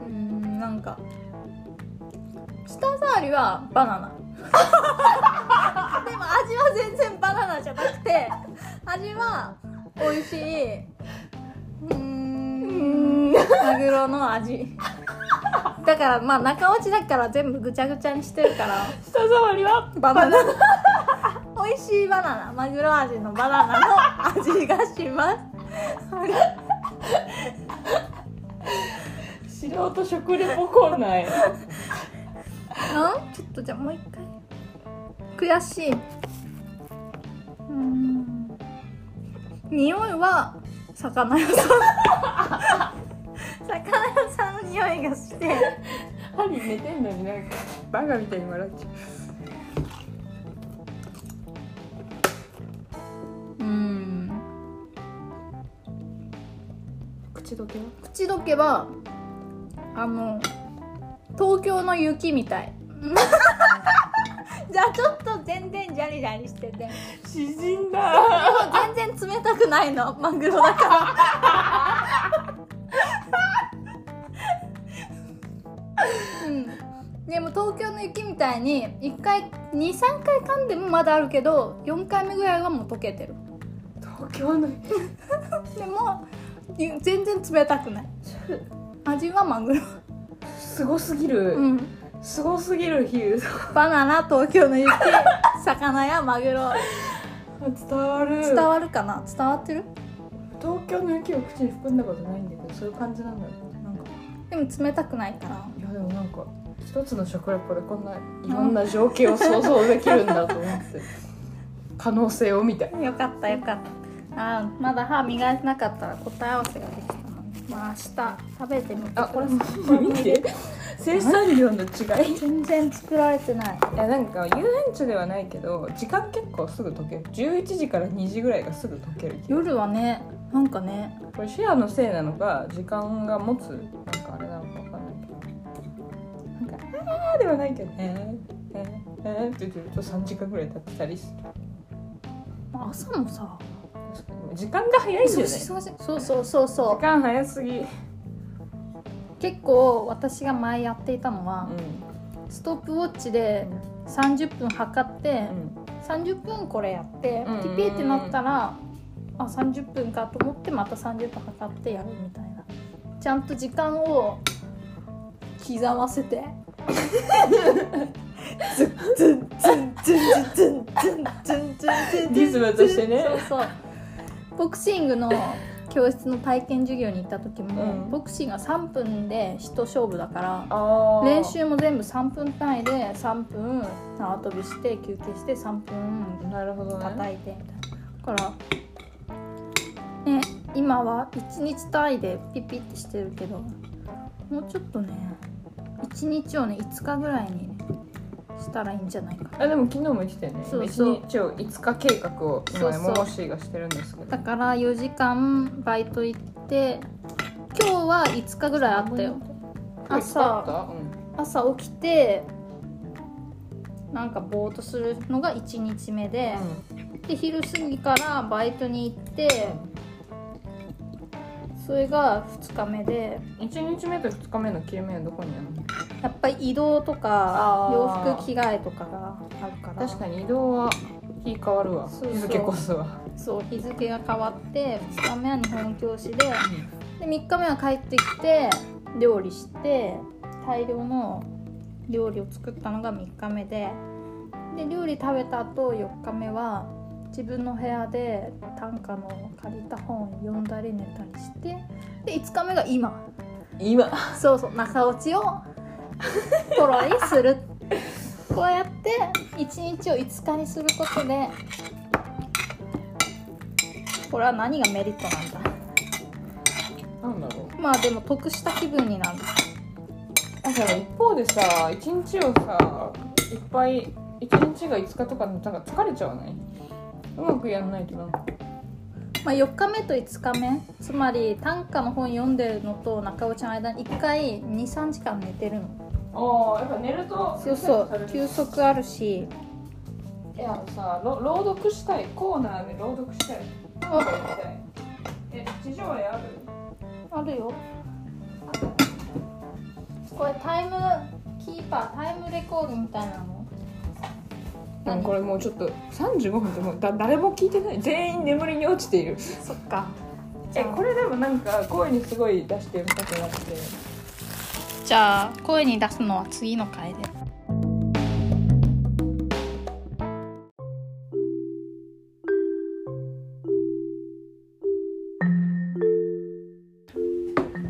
A: ーんなんか舌触りはバナナでも味は全然バナナじゃなくて味は美味しいうーんマグロの味だからまあ中落ちだから全部ぐちゃぐちゃにしてるから
B: 舌触りは
A: バナナ美味しいバナナマグロ味のバナナの味がします
B: 素人食レポコーナーや
A: うんちょっとじゃあもう一回悔しいうーん匂いは魚屋さん <laughs> 魚屋さんの匂いがして
B: 針寝てんのになんかバカみたいに笑っちゃ
A: うん
B: う口どけは
A: 口どけはあの東京の雪みたい <laughs> じゃあちょっと全然ジャリジャリしてて
B: 縮んだ
A: 全然冷たくないのマグロだからうんでも東京の雪みたいに1回23回噛んでもまだあるけど4回目ぐらいはもう溶けてる
B: 東京の
A: でもゆ全然冷たくない味はマグロ
B: すごすぎる、
A: うん
B: すごすぎる比喩
A: バナナ東京の雪魚やマグロ
B: 伝わる
A: 伝わるかな伝わってる
B: 東京の雪を口に含んだことないんだけどそういう感じなんだろうなんか
A: でも冷たくないから
B: いやでもなんか一つの食レポでこんないろんな情景を想像できるんだと思って可能性をみたい
A: よかったよかったあーまだ歯磨いてなかったら答え合わせができたのでまあ明日食べてみて
B: あこれ
A: ください
B: 見 <laughs> て生産量の違い
A: 全然作られてない
B: いやなんか遊園地ではないけど時間結構すぐ溶ける11時から2時ぐらいがすぐ溶ける気が
A: 夜はねなんかね
B: これシェアのせいなのか時間が持つなんかあれなのかわかんないけどなんか「あー」ではないけど「えー、えー、えー」ってずっと3時間ぐらい経ってたりする
A: 朝もさ
B: 時間が早いんだよね時
A: そうそうそうそうそ
B: 間早すぎ、うん、
A: う結構私が前やっていたのは、ストップウォッチで30分測って、30分これやって、
B: うんうんうんうん
A: ピピってなったらあ30分かと思ってまた30分測ってやるみたいなちゃんと時間を刻ませてズンズンズンズンズンズンズンズンズンズンズン
B: リズムとしてね
A: そうそうボクシングの教室の体験授業に行った時も、
B: うん
A: ボクシングは3分で一勝負だから
B: あー
A: 練習も全部3分単位で3分縄跳びして休憩して3分
B: なるほどね
A: 叩いてみたいなだからね今は1日単位でピピってしてるけどもうちょっとね1日をね5日ぐらいにねしたらいいんじゃないか
B: あでも昨日も言ってたよね
A: そうそう
B: 一日を5日計画を今ね
A: そうそう
B: モモシーがしてるんですけど
A: だから4時間バイト行って今日は5日ぐらいあったよ朝
B: 朝、うん
A: 朝起きてなんかぼーっとするのが1日目で、で昼過ぎからバイトに行ってそれが2日目で
B: うん、1日目と2日目の切れ目はどこにあるの
A: やっぱり移動とか
B: あー
A: 洋服着替えとかがあるから
B: 確かに移動は日変わるわ
A: そうそう
B: 日付こそは
A: そう日付が変わって2日目は日本教師でで3日目は帰ってきて料理して大量の料理を作ったのが3日目でで料理食べた後4日目は自分の部屋で短歌の借りた本を読んだり寝たりしてで5日目が今
B: 今
A: そうそう中落ちをトロにするこうやって1日を5日にすることでこれは何がメリットなんだ
B: なんだろう
A: まあでも得した気分になる
B: だから一方でさ一日をさいっぱい一日が5日とかなんか疲れちゃわないうまくやらないとなんか
A: まあ、4日目と5日目つまり短歌の本読んでるのと中尾ちゃんの間に1回23時間寝てるの
B: ああやっぱ寝ると
A: そうそう休息あるし
B: いやあのさろ朗読したいコーナーで朗読したい
A: あ
B: え地上絵ある
A: あるよこれタイムキーパータイムレコードみたいなの
B: でも
A: 何
B: これもうちょっと35分ってもうだ誰も聞いてない全員眠りに落ちている
A: そっか
B: えこれでもなんか声にすごい出してみたくなって
A: じゃあ声に出すのは次の回で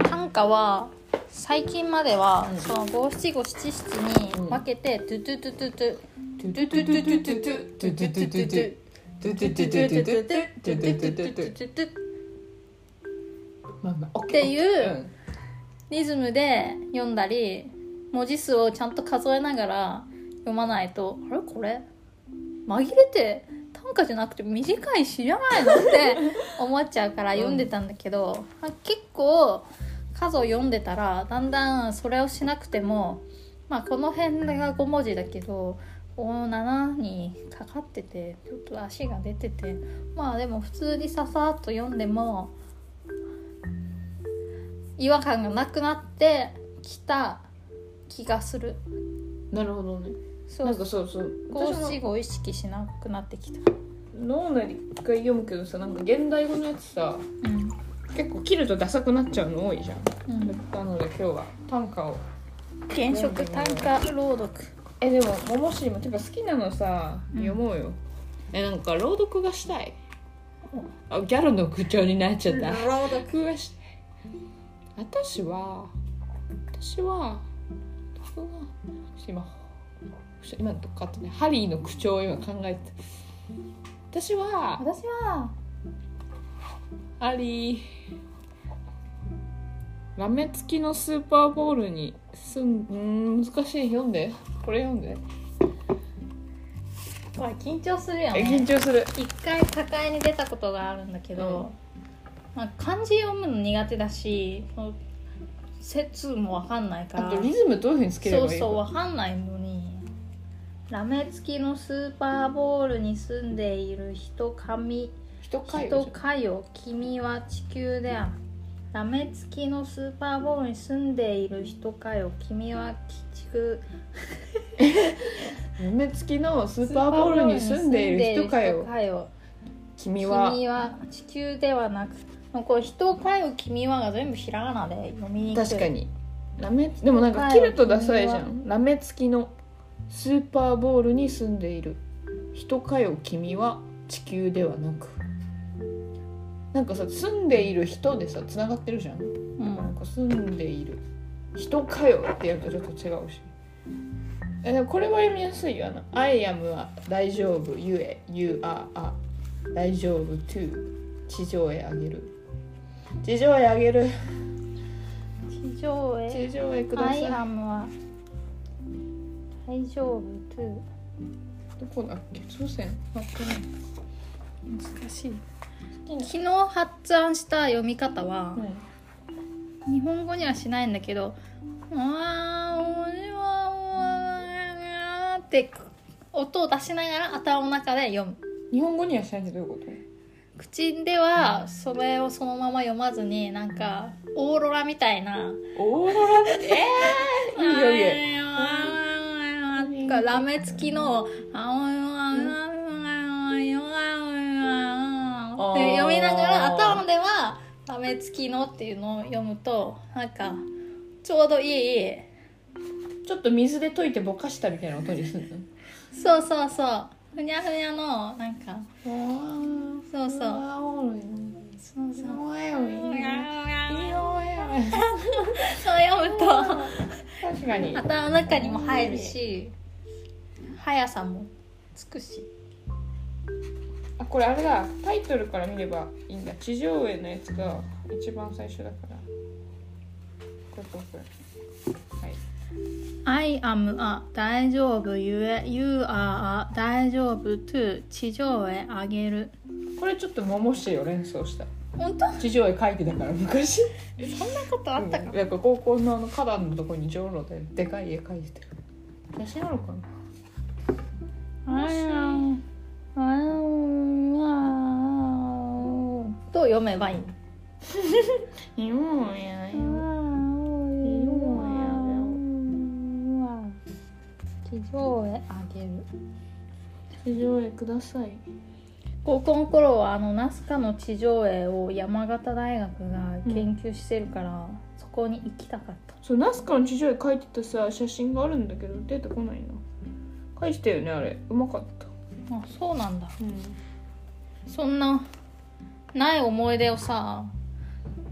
A: 短歌は最近までは
B: うん
A: その五七五七七に分けてトゥトゥトゥトゥトゥトゥトゥトゥトゥトゥトゥトゥトゥトゥトゥ
B: まあまあっ
A: っていうリズムで読んだり文字数をちゃんと数えながら読まないとあれこれ紛れて短歌じゃなくて短い詩じゃないのって思っちゃうから
B: うん
A: 読んでたんだけど、まあ結構数を読んでたらだんだんそれをしなくてもまあこの辺が5文字だけどこの7にかかっててちょっと足が出ててまあでも普通にささっと読んでも違和感がなくなってきた気がする
B: なるほどね
A: そ
B: なん
A: う
B: かそうそう
A: 五
B: 私も
A: 七五意識しなくなってきた、
B: 脳内で一回読むけどさなんか現代語のやつさ
A: うん
B: 結構切るとダサくなっちゃうの多いじゃん
A: うん、
B: なので今日は短歌を
A: 現職短歌朗読
B: えでもももしもてか好きなのさ
A: うん
B: 読もうよ、えなんか朗読がしたいあギャルの口調になっちゃった
A: 朗読
B: 僕はし <laughs> 私は私は僕は今今のとかってねハリーの口調を今考えてた私は
A: 私は
B: ハリー豆付きのスーパーボールにすんうん難しい読んでこれ読んで
A: ほら緊張するやん
B: え緊張する
A: 一回境に出たことがあるんだけど、まあ、漢字読むの苦手だしその説もわかんないから
B: あとリズムどういうふうにつければ
A: そ
B: いういか
A: そうわかんないのにラメ付きのスーパーボールに住んでいる人神
B: 人か
A: 人
B: よ
A: かよ君は地球であるラメ付きのスーパーボールに住んでいる人かよ君は地球
B: 豆付きのスーパーボールに住んでいる人かよ君
A: 君
B: は
A: は地球ではなくもうこれ人かよ君はが全部ひらがなで読みにくい
B: 確かにラメでもなんか切るとダサいじゃんラメ付きのスーパーボールに住んでいる人かよ君は地球ではなくなんかさ住んでいる人でさつながってるじゃんなんか住んでいる人かよってやるとちょっと違うしえでもこれは読みやすいよあの「I am は大丈夫 You, a- you are a 大丈夫 to 地上へあげる地上へあげる
A: うん、地上へ
B: 地上へくださ
A: I
B: い
A: am は大丈夫 to
B: どこだっけ朝鮮
A: わかんない難しい
B: 好き
A: 昨日発案した読み方は、日本語にはしないんだけど「わーおじわわーって音を出しながら頭の中で読む
B: 日本語にはしないってどういうこと
A: 口ではそれをそのまま読まずになんかオーロラみたいな
B: オーロラって
A: 「
B: え <laughs> ー、いいよいいよ
A: なんかラメ付きの「あおよあおよあおよあおよ」って読みながら頭では「ラメ付きの」っていうのを読むとなんかちょうどいい
B: ちょっと水で溶いてぼかしたみたいな音にする
A: そうそうそうふにゃふにゃのなんか
B: の
A: そうそう
B: そう
A: そうそう
B: そうやよいいよいいよ
A: そう読むと
B: <laughs> 確かに
A: 頭の中にも入るし速さもつくし
B: あこれあれだタイトルから見ればいいんだ地上絵のやつが一番最初だからこれこれこれはい
A: I am a 大丈夫ゆえ You are a 大丈夫 to 地上へ上げる
B: これちょっとももしを連想した
A: 本当
B: 地上絵描いてたから昔
A: そんなことあったか、
B: うんやっぱ高校のあの花壇のとこに上路ででかい絵描いてた写真あるかな
A: あらあらうわと読めばいい
B: 今や
A: うわ地上へ上げる
B: 地上絵ください
A: 高校の頃はあのナスカの地上絵を山形大学が研究してるから、そこに行きたかった
B: そうナスカの地上絵描いてたさ写真があるんだけど出てこないな描いてたよねあれうまかった
A: あそうなんだ
B: う
A: そんなない思い出をさ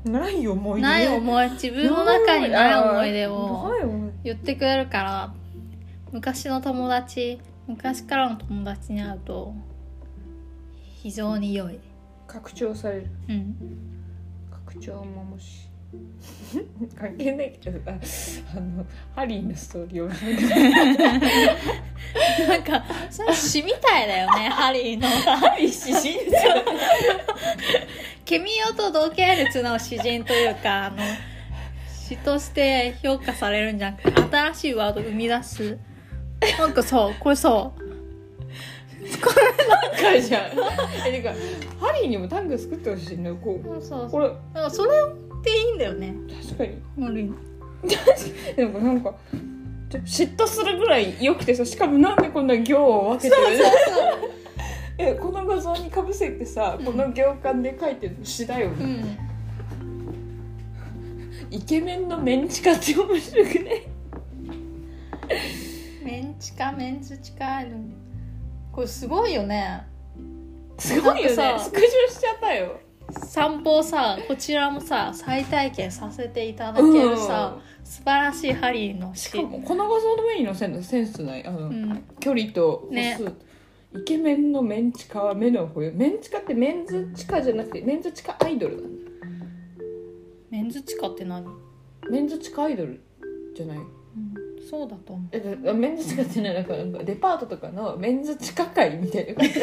B: んない思い出
A: ない思い自分の中にない思い出
B: な
A: を
B: い思い
A: 言ってくれるから昔の友達昔からの友達に会うと非常に良い
B: 拡張される
A: うん
B: 拡張ももし <laughs> 関係ないけどさあのハリーのストーリーを見て
A: なんかそれ詩みたいだ <laughs> よねハリーの
B: ハリー死んだよ
A: ケミオと同系列の詩人というかあの詩として評価されるんじゃなくて新しいワードを生み出すなんかそうこれそう
B: からじゃん <laughs> えてかハリーにもタング作ってほしいなこ
A: そうそう
B: う
A: そ
B: こ
A: う
B: れ
A: なんかそれっていいんだよね
B: 確かに
A: ハリー
B: でもなんかちょ嫉妬するぐらい良くてさしかもなんでこんな行を分けてる <laughs> えこの画像にかぶせてさこの行間で書いてる詩だよね、
A: うん
B: イケメンのメンチカって面白くね
A: メンチカメンズチカールこれすごいよね
B: すごいよ
A: な
B: ね
A: んかさ
B: スクショしちゃったよ
A: 散歩をさこちらもさ再体験させていただけるさ、素晴らしいハリーの
B: し
A: 詩
B: かもこの画像の上に載せるのセンスないあの、
A: うん
B: 距離と歩数、
A: ね
B: イケメンのメンチカは目の冬メンチカってメンズチカじゃなくてメンズチカアイドルだね
A: メンズチカって何、
B: メンズ地下アイドルじゃない
A: うん、そうだと思う
B: えだメンズ地下ってねなんかなんかデパートとかのメンズ地下会みたいな感じイ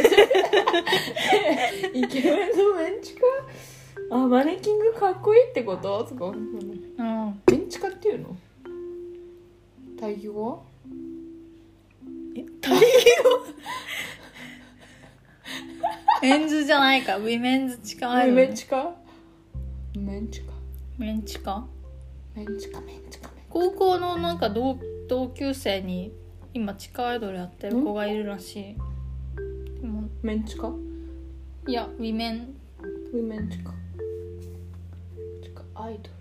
B: ケメンのメンチカあマネキングかっこいいってこととか
A: うん
B: メンチカっていうの対義語は
A: メンズじゃないかウィメンズチカール
B: メンチカメンチカ
A: メンチカ
B: メンチカメンチカメン
A: 高校のなんか同同級生に今地下アイドルやってる子がいるらしいでも
B: メンチカ
A: いやウィメン
B: ウィメンチカチカアイドル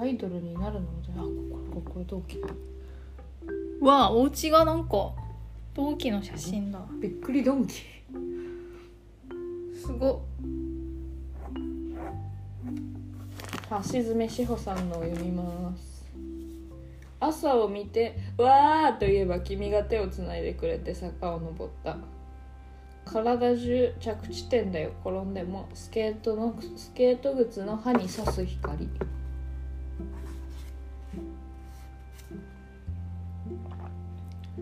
B: アイドルになるのもあこれこれ同期
A: はお家がなんか同期の写真だ
B: びっくりドンキ
A: すご
B: 橋爪志保さんのを読みます朝を見て「わー」といえば君が手をつないでくれて坂を登った体中着地点だよ転んでもスケートのスケート靴の歯に刺す光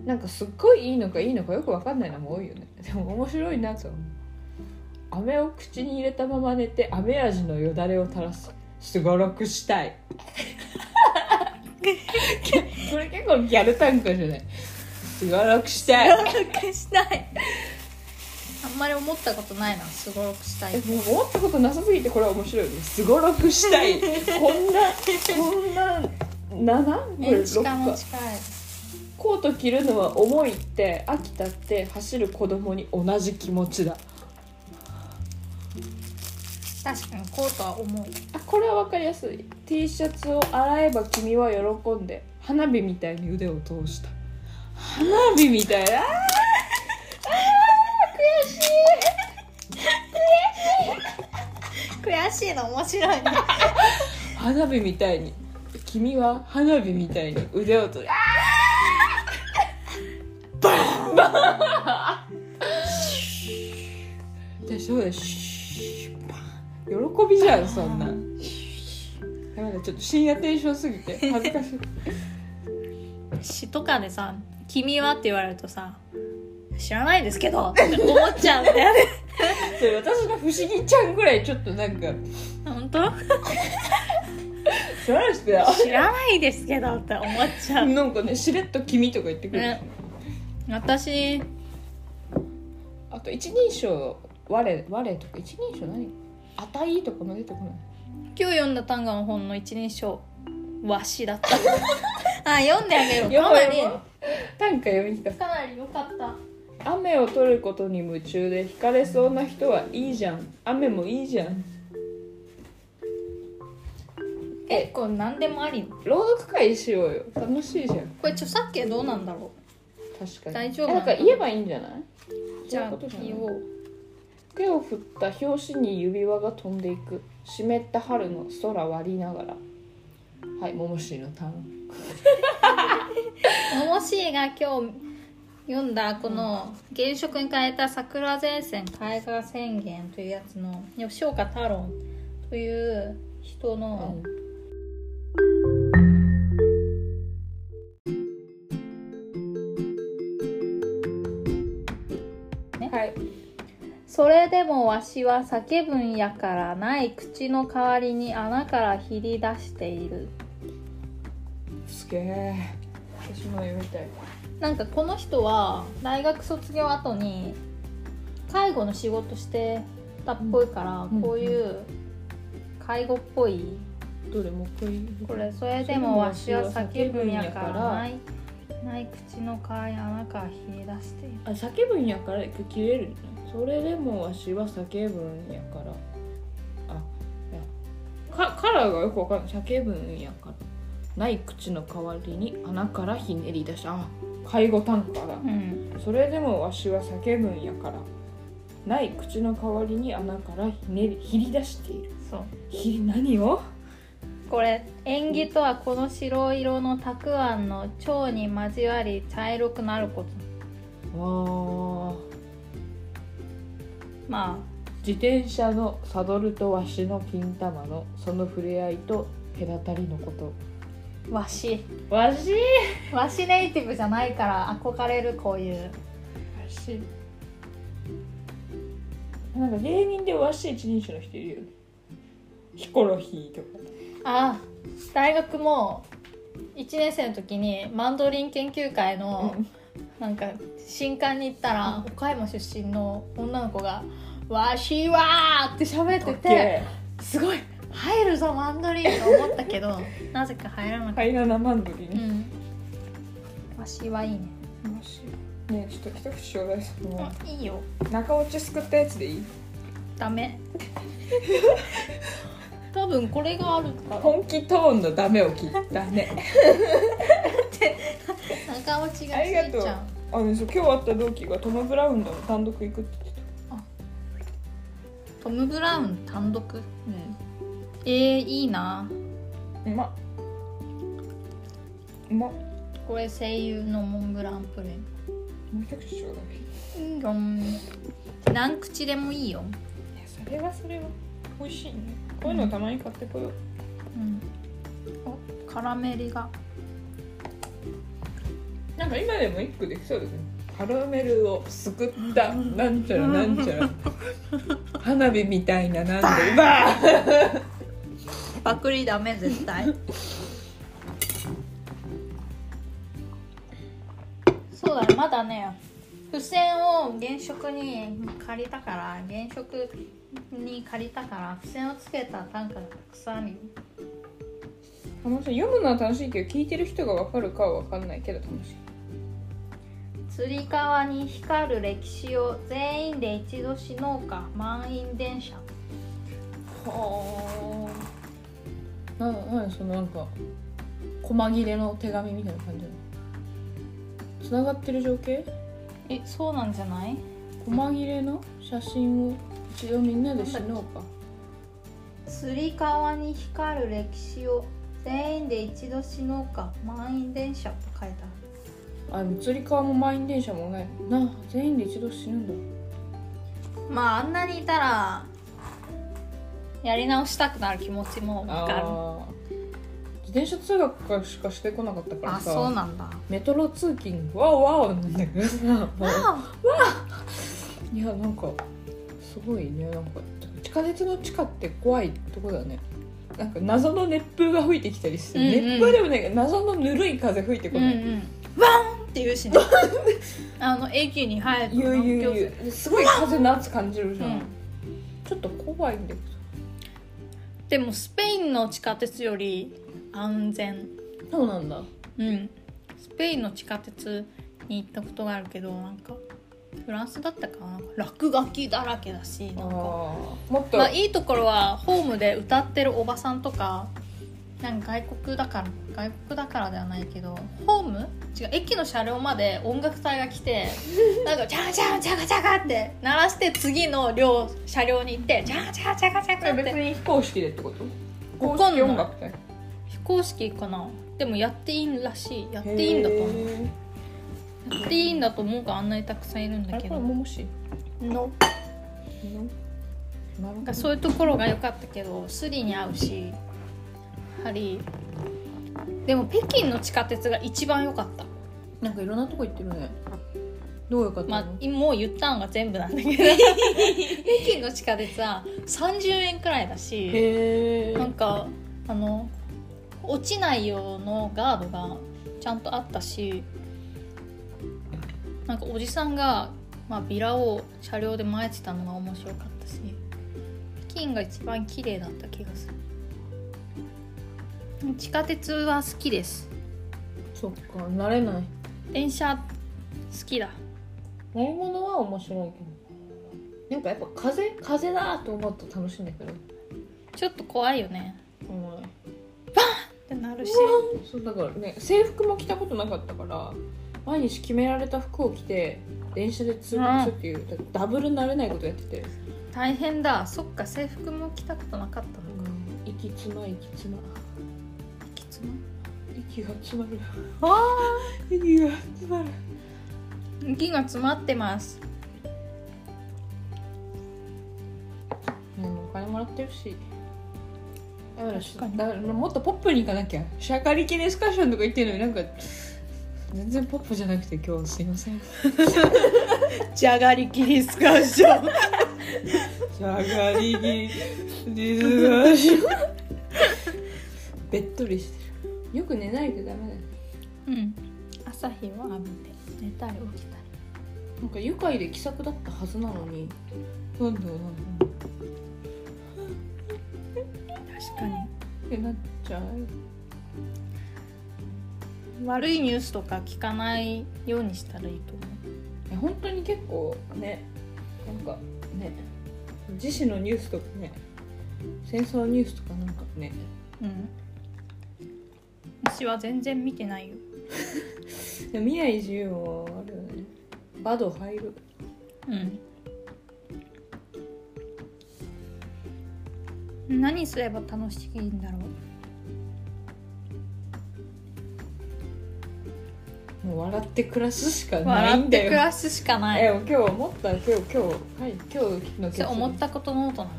B: なんかすっごいいいのかいいのかよくわかんないのも多いよねでも面白いなと思う飴を口に入れたまま寝て飴味のよだれを垂らすすごろくしたい <laughs> これ結構ギャル単語じゃないすごろくしたい
A: くしたいあんまり思ったことないなすごろくしたい
B: え
A: う
B: もう思ったことなさすぎてこれは面白いねすごろくしたいこんなこんな 7? これ
A: ん
B: 6
A: 近も
B: か
A: 近い
B: コート着るのは重いって飽きたって走る子供に同じ気持ちだ
A: 確かにコートは重い
B: あこれは分かりやすい T シャツを洗えば君は喜んで花火みたいに腕を通した花火みたいなあーあー悔し
A: 悔しいの面白いね
B: い花火みたいに君は花火みたいに腕を取るあーバンバンでそうだシューバン喜びじゃんそんなやばいちょっと深夜テンションすぎて恥ずかしい
A: 詩とかでさ「君は?」って言われるとさ「知らないですけど」って思っちゃうんだよ
B: <laughs>
A: ね
B: で私の不思議ちゃんぐらいちょっとなんか
A: 本当
B: 知らない人だよ
A: 知らないですけどって思っちゃう
B: なんかねしれっと君とか言ってくる、
A: ね私
B: あと一人称我我とか一人称何あたいとかも出てこない
A: 今日読んだ単語の本の一人称「わし」だった
B: <laughs>
A: あ読んであげようかなり
B: 短歌読み聞かせ
A: かなり良かった
B: 雨を取ることに夢中で惹かれそうな人はいいじゃん雨もいいじゃん
A: えこれ何でもあり
B: 朗読会しようよ楽しいじゃん
A: これ著作権どうなんだろ
B: 確かに
A: 大丈夫
B: えなんか言えばいいんじゃないう
A: じゃあ
B: そういうことじゃない
A: 言おう
B: 手を振った拍子に指輪が飛んでいく湿った春の空割りながらはいももしーのターン
A: ももしーが今日読んだこの現職に変えた「桜前線絵画宣言」というやつの吉岡太郎という人の
B: はい
A: 「それでもわしは叫ぶんやからない口の代わりに穴からひり出している
B: すげえ私も読みたい」
A: なんかこの人は大学卒業後に介護の仕事してたっぽいから、
B: うん
A: こういう介護っぽい
B: どれもう一回言う
A: これそれでもわしは叫ぶんやからないない口の皮や穴からひり出している
B: あ叫ぶんやから一回切れるのそれでもわしは叫ぶんやからあいやかカラーがよくわかんない叫ぶんやからない口の代わりに穴からひねり出したあ介護短歌だ
A: うん
B: それでもわしは叫ぶんやからない口の代わりに穴からひねりひり出している
A: そう
B: ひ何を
A: これ縁起とはこの白色のたくあんの腸に交わり茶色くなること
B: あ
A: ま
B: 自転車のサドルとわしの金玉のその触れ合いと隔たりのこと
A: あわし
B: わし
A: わしネイティブじゃないから憧れるこういう
B: わしなんか芸人でわし一人称の人いるよねヒコロヒーとか
A: あ大学も1年生の時にマンドリン研究会の、なんか新刊に行ったら岡山出身の女の子が「わしは!」って喋ってて
B: です
A: ごい入るぞマンドリンと思ったけど <laughs> なぜか入らなかっ
B: ハイラナマンドリ
A: た、う
B: ン、
A: ん、わしはいいね
B: わしねえちょっと一口ちょうだいその
A: あいいよ
B: 中落ちすくったやつでいい
A: ダメ <laughs> 多分これがあるから
B: 本気トーンのダメを聞いた <laughs> ね
A: 中落ちが
B: あ
A: つ
B: りが
A: い
B: と
A: ち
B: う
A: ゃう
B: あのそう今日会った同期がトム・ブラウンの単独行くって言って
A: トム・ブラウン単独
B: た
A: えー、いいな
B: うんうまっうまっも
A: これ声優のモンブランプリ
B: う一口ちょうだい
A: ンいいよ何口でもいいよ、
B: いやそれはそれは美味しいねこういうのたまに買ってこよう、
A: うん、おカラメリが
B: なんか今でも一句できそうですねカラメルをすくったなんちゃらなんちゃら花火みたいななんでバーン
A: パクリダメ絶対そうだねまだね付箋を原色に借りたから原色に借りたから付箋をつけた短歌がたくさんあるよ
B: あのさ読むのは楽しいけど聞いてる人がわかるかはわかんないけど楽しい
A: つり革に光る歴史を全員で一度死のうか満員電車
B: はあななんそのなんか細切れの手紙みたいな感じなのつながってる情景
A: えそうなんじゃない
B: 細切れの写真を一度みんなでしのうか
A: つり革に光る歴史を全員で一度死のうか満員電車って書いてある
B: あのつり革も満員電車もないなあ全員で一度死ぬんだ
A: まああんなにいたらやり直したくなる気持ちもわか
B: あー自転車通学しかしてこなかったから
A: あ
B: さ
A: そうなんだ
B: メトロ通勤ワオワオなんだけどさもう
A: あ
B: いやなんかすごいねなんか地下鉄の地下って怖いとこだねなんか謎の熱風が吹いてきたりして、
A: うんうん
B: 熱風でもね謎のぬるい風吹いて
A: う
B: こ
A: んう
B: ない、
A: んワンって言う
B: <laughs>
A: しねあの駅に入ると
B: ゆうゆう
A: のっきょ
B: ゆうすごい風の圧感じるじ
A: う
B: ゃん、
A: ん
B: ちょっと怖いんだけ
A: でもスペインの地下鉄より安全
B: どそうなんだ
A: うんスペインの地下鉄に行ったことがあるけどなんかフランスだったかな落書きだらけだしなんか
B: もっと、
A: まあ、いいところはホームで歌ってるおばさんとかなんか外国だから外国だからではないけどホーム違う駅の車両まで音楽隊が来
B: <laughs>
A: てなんか「チャンチャンチャカチャカ」って鳴らして次の両車両に行って「チャンチャンチャカチャカ」っ
B: 別
A: て
B: に非公式でってこと
A: わ
B: 公
A: かんない
B: 式音楽って
A: 非公式かなでもやっていいらしいやっていいんだと思う
B: へー
A: やっていいんだと思うがあんなにたくさんいるん
B: あ
A: だ
B: れ
A: け
B: こ
A: ど
B: れももし
A: のな
B: なるほ
A: ん
B: ど
A: かそういうところが良かったけどスリに合うしやはりでも北京の地下鉄が一番良かった
B: なんかいろんなとこ行ってるねどうよかった
A: ま
B: の、
A: あもう言ったんが全部なん <laughs> だけど北京の地下鉄は30円くらいだし
B: へえ
A: なんかあの落ちない用のガードがちゃんとあったしなんかおじさんが、まあ、ビラを車両で巻いてたのが面白かったし北京が一番綺麗だった気がする地下鉄は好きです
B: そっか慣れない
A: 電車好きだ
B: 乗り物は面白いけどなんかやっぱ風風だと思うと楽しいんだけど
A: ちょっと怖いよね
B: うん
A: ってなるし
B: そうだからね制服も着たことなかったから毎日決められた服を着て電車で通学するっていう、だダブル慣れないことやってて、
A: 大変だそっか制服も着たことなかったのか
B: 息詰ま息詰ま
A: きつま
B: 息が詰まる
A: あ
B: 息が詰まる
A: ー息が詰まってます
B: うんお金もらってるしだからし
A: 確かに
B: だからもっとポップに行かなきゃシャカリキディスカッションとか言ってるのになんか全然ポップじゃなくて今日すいません
A: じゃがりきディスカッション
B: じゃがりき実は <laughs> しべっとりしてるよく寝ないとダメだよ
A: うん朝日を浴びて寝たり起きたり
B: なんか愉快で気さくだったはずなのになんだよなんだよ
A: 確かに
B: ってなっちゃう
A: 悪いニュースとか聞かないようにしたらいいと思
B: え本当に結構ねなんかね自身のニュースとかね戦争のニュースとかなんかね
A: ううん私は全然見てないよ
B: でも見ない自由もあるよねバド入る
A: うん何すれば楽しいんだろう
B: もう笑って暮らすしかない
A: 笑っ
B: ん
A: て
B: だ
A: 暮
B: よ
A: らすしかない
B: え今日思った今日今日はい今日の
A: それ思ったことノートな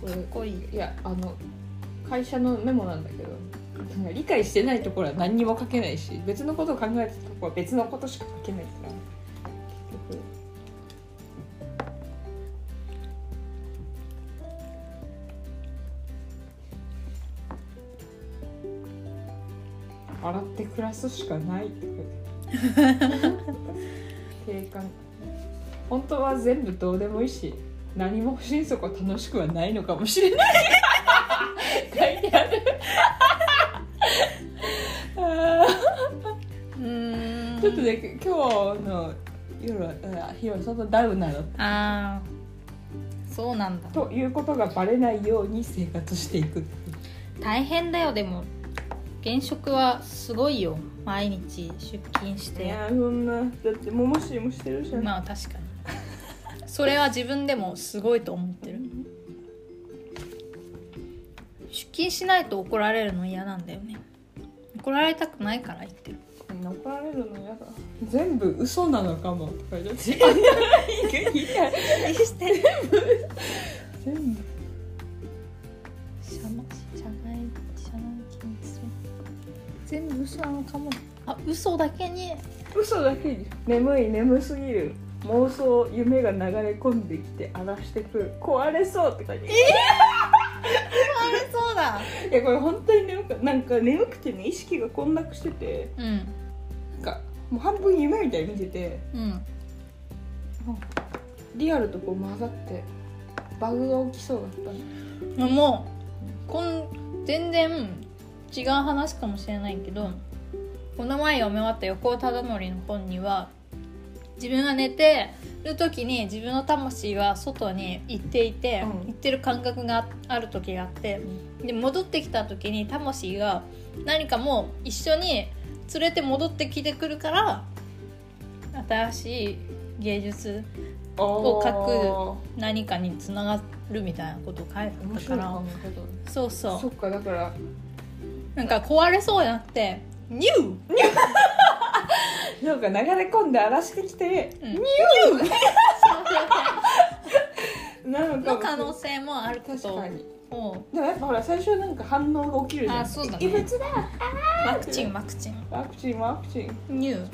B: こ
A: のかっ
B: れ
A: こいい
B: いやあの会社のメモなんだけどなんか理解してないところは何にも書けないし別のことを考えてたところは別のことしか書けないから結局笑って暮らすしかないって書いて定感本当は全部どうでもいいし何も心底楽しくはないのかもしれない書いてあるあー
A: うん
B: ちょっとね今日の夜はあ日はそのダウナーだっ
A: ああそうなんだ
B: たということがバレないように生活していく
A: 大変だよでも現職はすごいよ毎日出勤して
B: そんなだってももしもしてるじ
A: まあ確かにそれは自分でもすごいと思ってる出勤しないと怒られるの嫌なんだよね怒られたくないから言ってる
B: 怒られるの嫌だ全部嘘なのかもとか言って <laughs> いやいや
A: して
B: 全部
A: 社内社内社内金嘘なのかもあ嘘だけに
B: 嘘だけに眠い眠すぎる妄想夢が流れ込んできて荒らしてくる壊れそうって感じ
A: あれそうだ
B: いやこれ本当に眠くなんか眠くてね意識が混濁してて
A: うん
B: なんかもう半分夢みたいに見てて
A: うん
B: リアルとこう混ざってバグが起きそうだったの
A: もうこん全然違う話かもしれないけどこの前読み終わった横尾忠則の本には自分が寝てる時に自分の魂が外に行っていて、
B: うん
A: 行ってる感覚があある時があってで戻ってきた時に魂が何かもう一緒に連れて戻ってきてくるから新しい芸術を書何かにつながるみたいなことを書いてあ
B: 面
A: ったか
B: 白い
A: ら
B: 考。え方だ
A: そうそう
B: そっかだから
A: なんか壊れそうになって「ニュー!
B: なんか流れ込んで荒らしてきて」
A: うん、ニュ
B: なの
A: ー
B: か
A: の
B: も
A: 可能性もあるこ
B: 確
A: と
B: かに
A: を
B: でもやっぱほら最初なんか反応が起きるじゃん
A: あそうだね
B: 異物だ
A: ワクチンワクチン
B: ワクチンワクチン
A: ニュー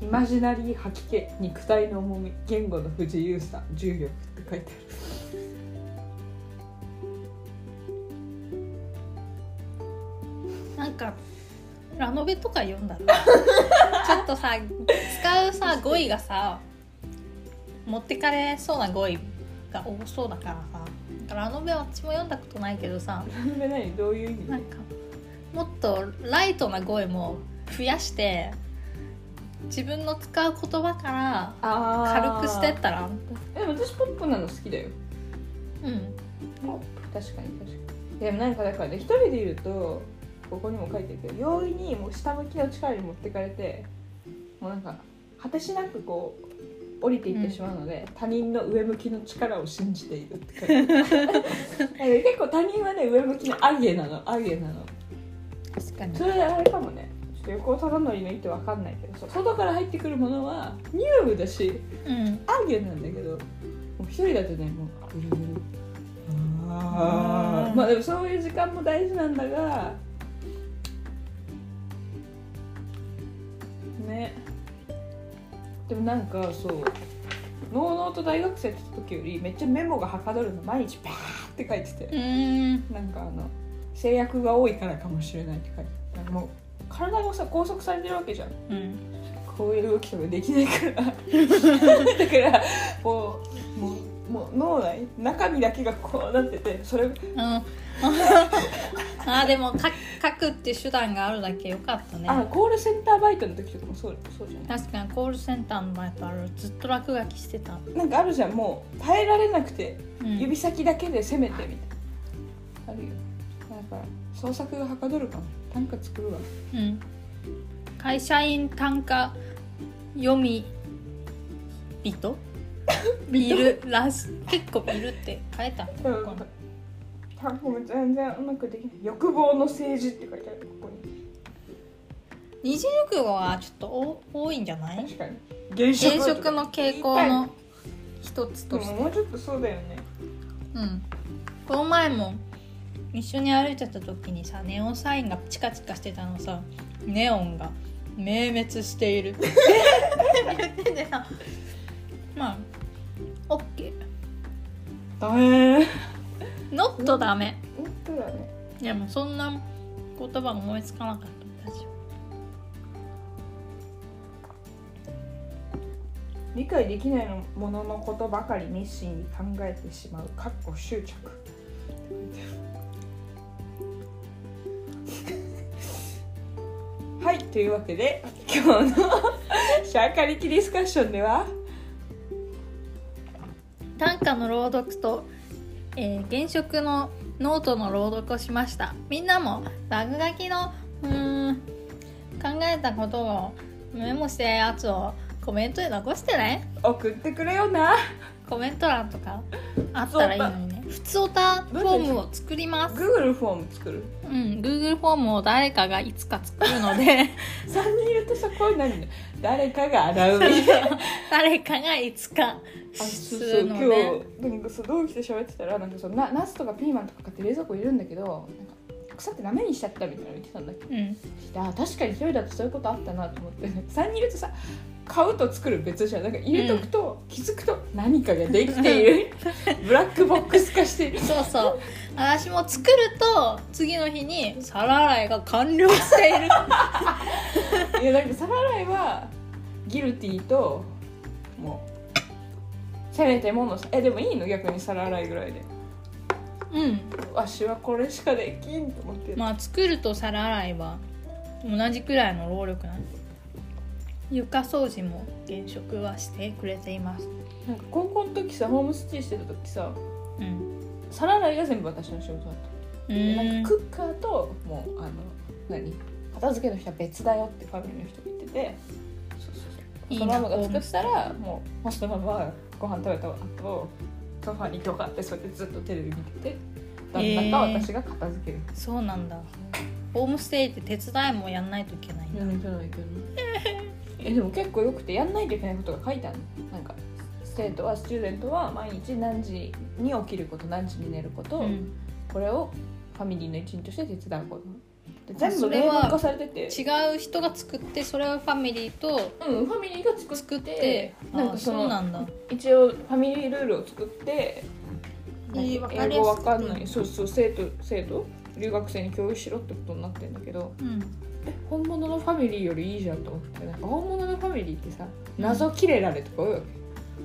B: イマジナリー吐き気肉体の重み言語の不自由さ重力って書いてあ
A: なんかラノベとか読んだらちょっとさ使うさ語彙がさ持ってかれそうな語彙が多そうだからさなんかラノベは私も読んだことないけどさ
B: る何で何どういう意味
A: なんかもっとライトな語彙も増やして自分の使う言葉から
B: あ
A: 軽くしてったら
B: でも私ポップなの好きだよ
A: うん
B: ポップ確かに確かにでもなんかだからね一人でいるとここにも書いてるけど容易にもう下向きの力に持ってかれてもうなんか果てしなくこう降りていってしまうので、他人の上向きの力を信じているって書い
A: <laughs>
B: てある結構他人はね上向きのアゲなのアゲなの
A: 確かに
B: それあれかもねちょっと横尾忠則の意味わかんないけどそう外から入ってくるものはニューブだし
A: うん
B: アーゲンなんだけどもう一人だとねもうぐるぐる
A: あー
B: まあでもそういう時間も大事なんだがねでもなんかそうノーノーと大学生やってた時よりめっちゃメモがはかどるの毎日バーって書いてて
A: うーん
B: なんかあの制約が多いからかもしれないって書いてあるもう体がさ拘束されてるわけじゃん
A: うん
B: こういう動きとかできないから
A: <laughs>
B: だからこうもうもう脳内中身だけがこうなっててそれ
A: ああーでもか書くっていう手段があるだけよかったね
B: あコールセンターバイトの時とかもそうそうじゃな
A: 確かにコールセンターの前からずっと落書きしてた、
B: いなんかあるじゃんもう耐えられなくて
A: うん、
B: 指先だけで攻めてみたいなあるよだから創作がはかどるかも短歌作るわ
A: うん、会社員単価読み人ビールらし結構ビールって書いてあったのかな
B: 単語も全然うまくできない欲望の政治って書いてあるここに
A: 二次熟語はちょっとお多いんじゃない
B: 確かに現
A: 現職の傾向の一つ
B: で
A: として
B: ももうちょっとそうだよね
A: うん、この前も一緒に歩いてた時にさネオンサインがチカチカしてたのさネオンが「明滅している」って <laughs> 言っててさまあオッケー
B: ダメ
A: ノットダメ
B: 本当だね
A: いやもうそんな言葉が思いつかなかった私
B: 理解できないもののことばかり熱心に考えてしまうかっこ執着 <laughs> はいというわけで今日の <laughs> シャーカリキディスカッションでは
A: 短歌の朗読と、えー現職のノートの朗読をしましたみんなも落書きのうーん考えたことをメモしてやつをコメントで残してね
B: 送ってくれよな
A: コメント欄とかあったらいいのにね普通歌フォームを作ります、
B: Google フォーム作る
A: うん、Google フォームを誰かがいつか作るので
B: 3人いるとさこういうのに誰かが洗うみたいな
A: 誰かがいつか
B: あそ
A: す
B: うそう
A: る
B: 今
A: の
B: 日
A: で
B: なんかそう同期と喋ってたらなんかそうなナスとかピーマンとか買って冷蔵庫入れるんだけどなんか腐ってダメにしちゃったみたいなの言ってたんだけど
A: うん
B: あ確かに一人だとそういうことあったなと思って3人い <laughs> るとさ買うと作る別じゃんなんか入れとくと、気づくと何かができてい <laughs> るブラックボックス化している
A: そうそう私も作ると次の日に皿洗いが完了してい
B: <laughs>
A: る
B: いやなんか皿洗いはギルティともうせめてものさえでもいいの逆に皿洗いぐらいで
A: うん
B: わしはこれしかできんと思って、
A: まあ作ると皿洗いは同じくらいの労力なんです床掃除も現職はしてくれています
B: なんか高校の時さホームステイしてた時さ
A: うん
B: 皿洗いが全部私の仕事だった
A: う
B: で
A: ー
B: なん
A: ん
B: かクッカーともうあの何片付けの人は別だよってファミリーの人が言っててそうそうそう
A: いい
B: そ
A: な
B: のママが作ったらもうもうそのままご飯食べた後ソファにドカってそうやってずっとテレビ見てて旦那か
A: えー
B: 私が片付ける、
A: そうなんだホームステイって手伝いもやんないといけないんだ
B: やるんじゃないけど <laughs> えでも結構よくてやんないといけないことが書いてあるのなんか生徒はスチューデントは毎日何時に起きること何時に寝ること、
A: うん
B: これをファミリーの一員として手伝うことで
A: あ
B: 全
A: そ
B: 部
A: れ
B: 例
A: は
B: 文化されてて
A: 違う人が作ってそれをファミリーと
B: うんファミリーが作って
A: 作って
B: な
A: なんん
B: か
A: か
B: そ
A: そ
B: の
A: うなんだ
B: 一応ファミリールールを作って
A: いい
B: なん
A: わ
B: か
A: か
B: 英
A: り
B: 語
A: や
B: わ
A: すく
B: かんないそうそう生徒生徒留学生に共有しろってことになってんだけど
A: うん
B: 本物のファミリーよりいいじゃんと思ってなんか本物のファミリーってさ謎切れられとか多いわけ、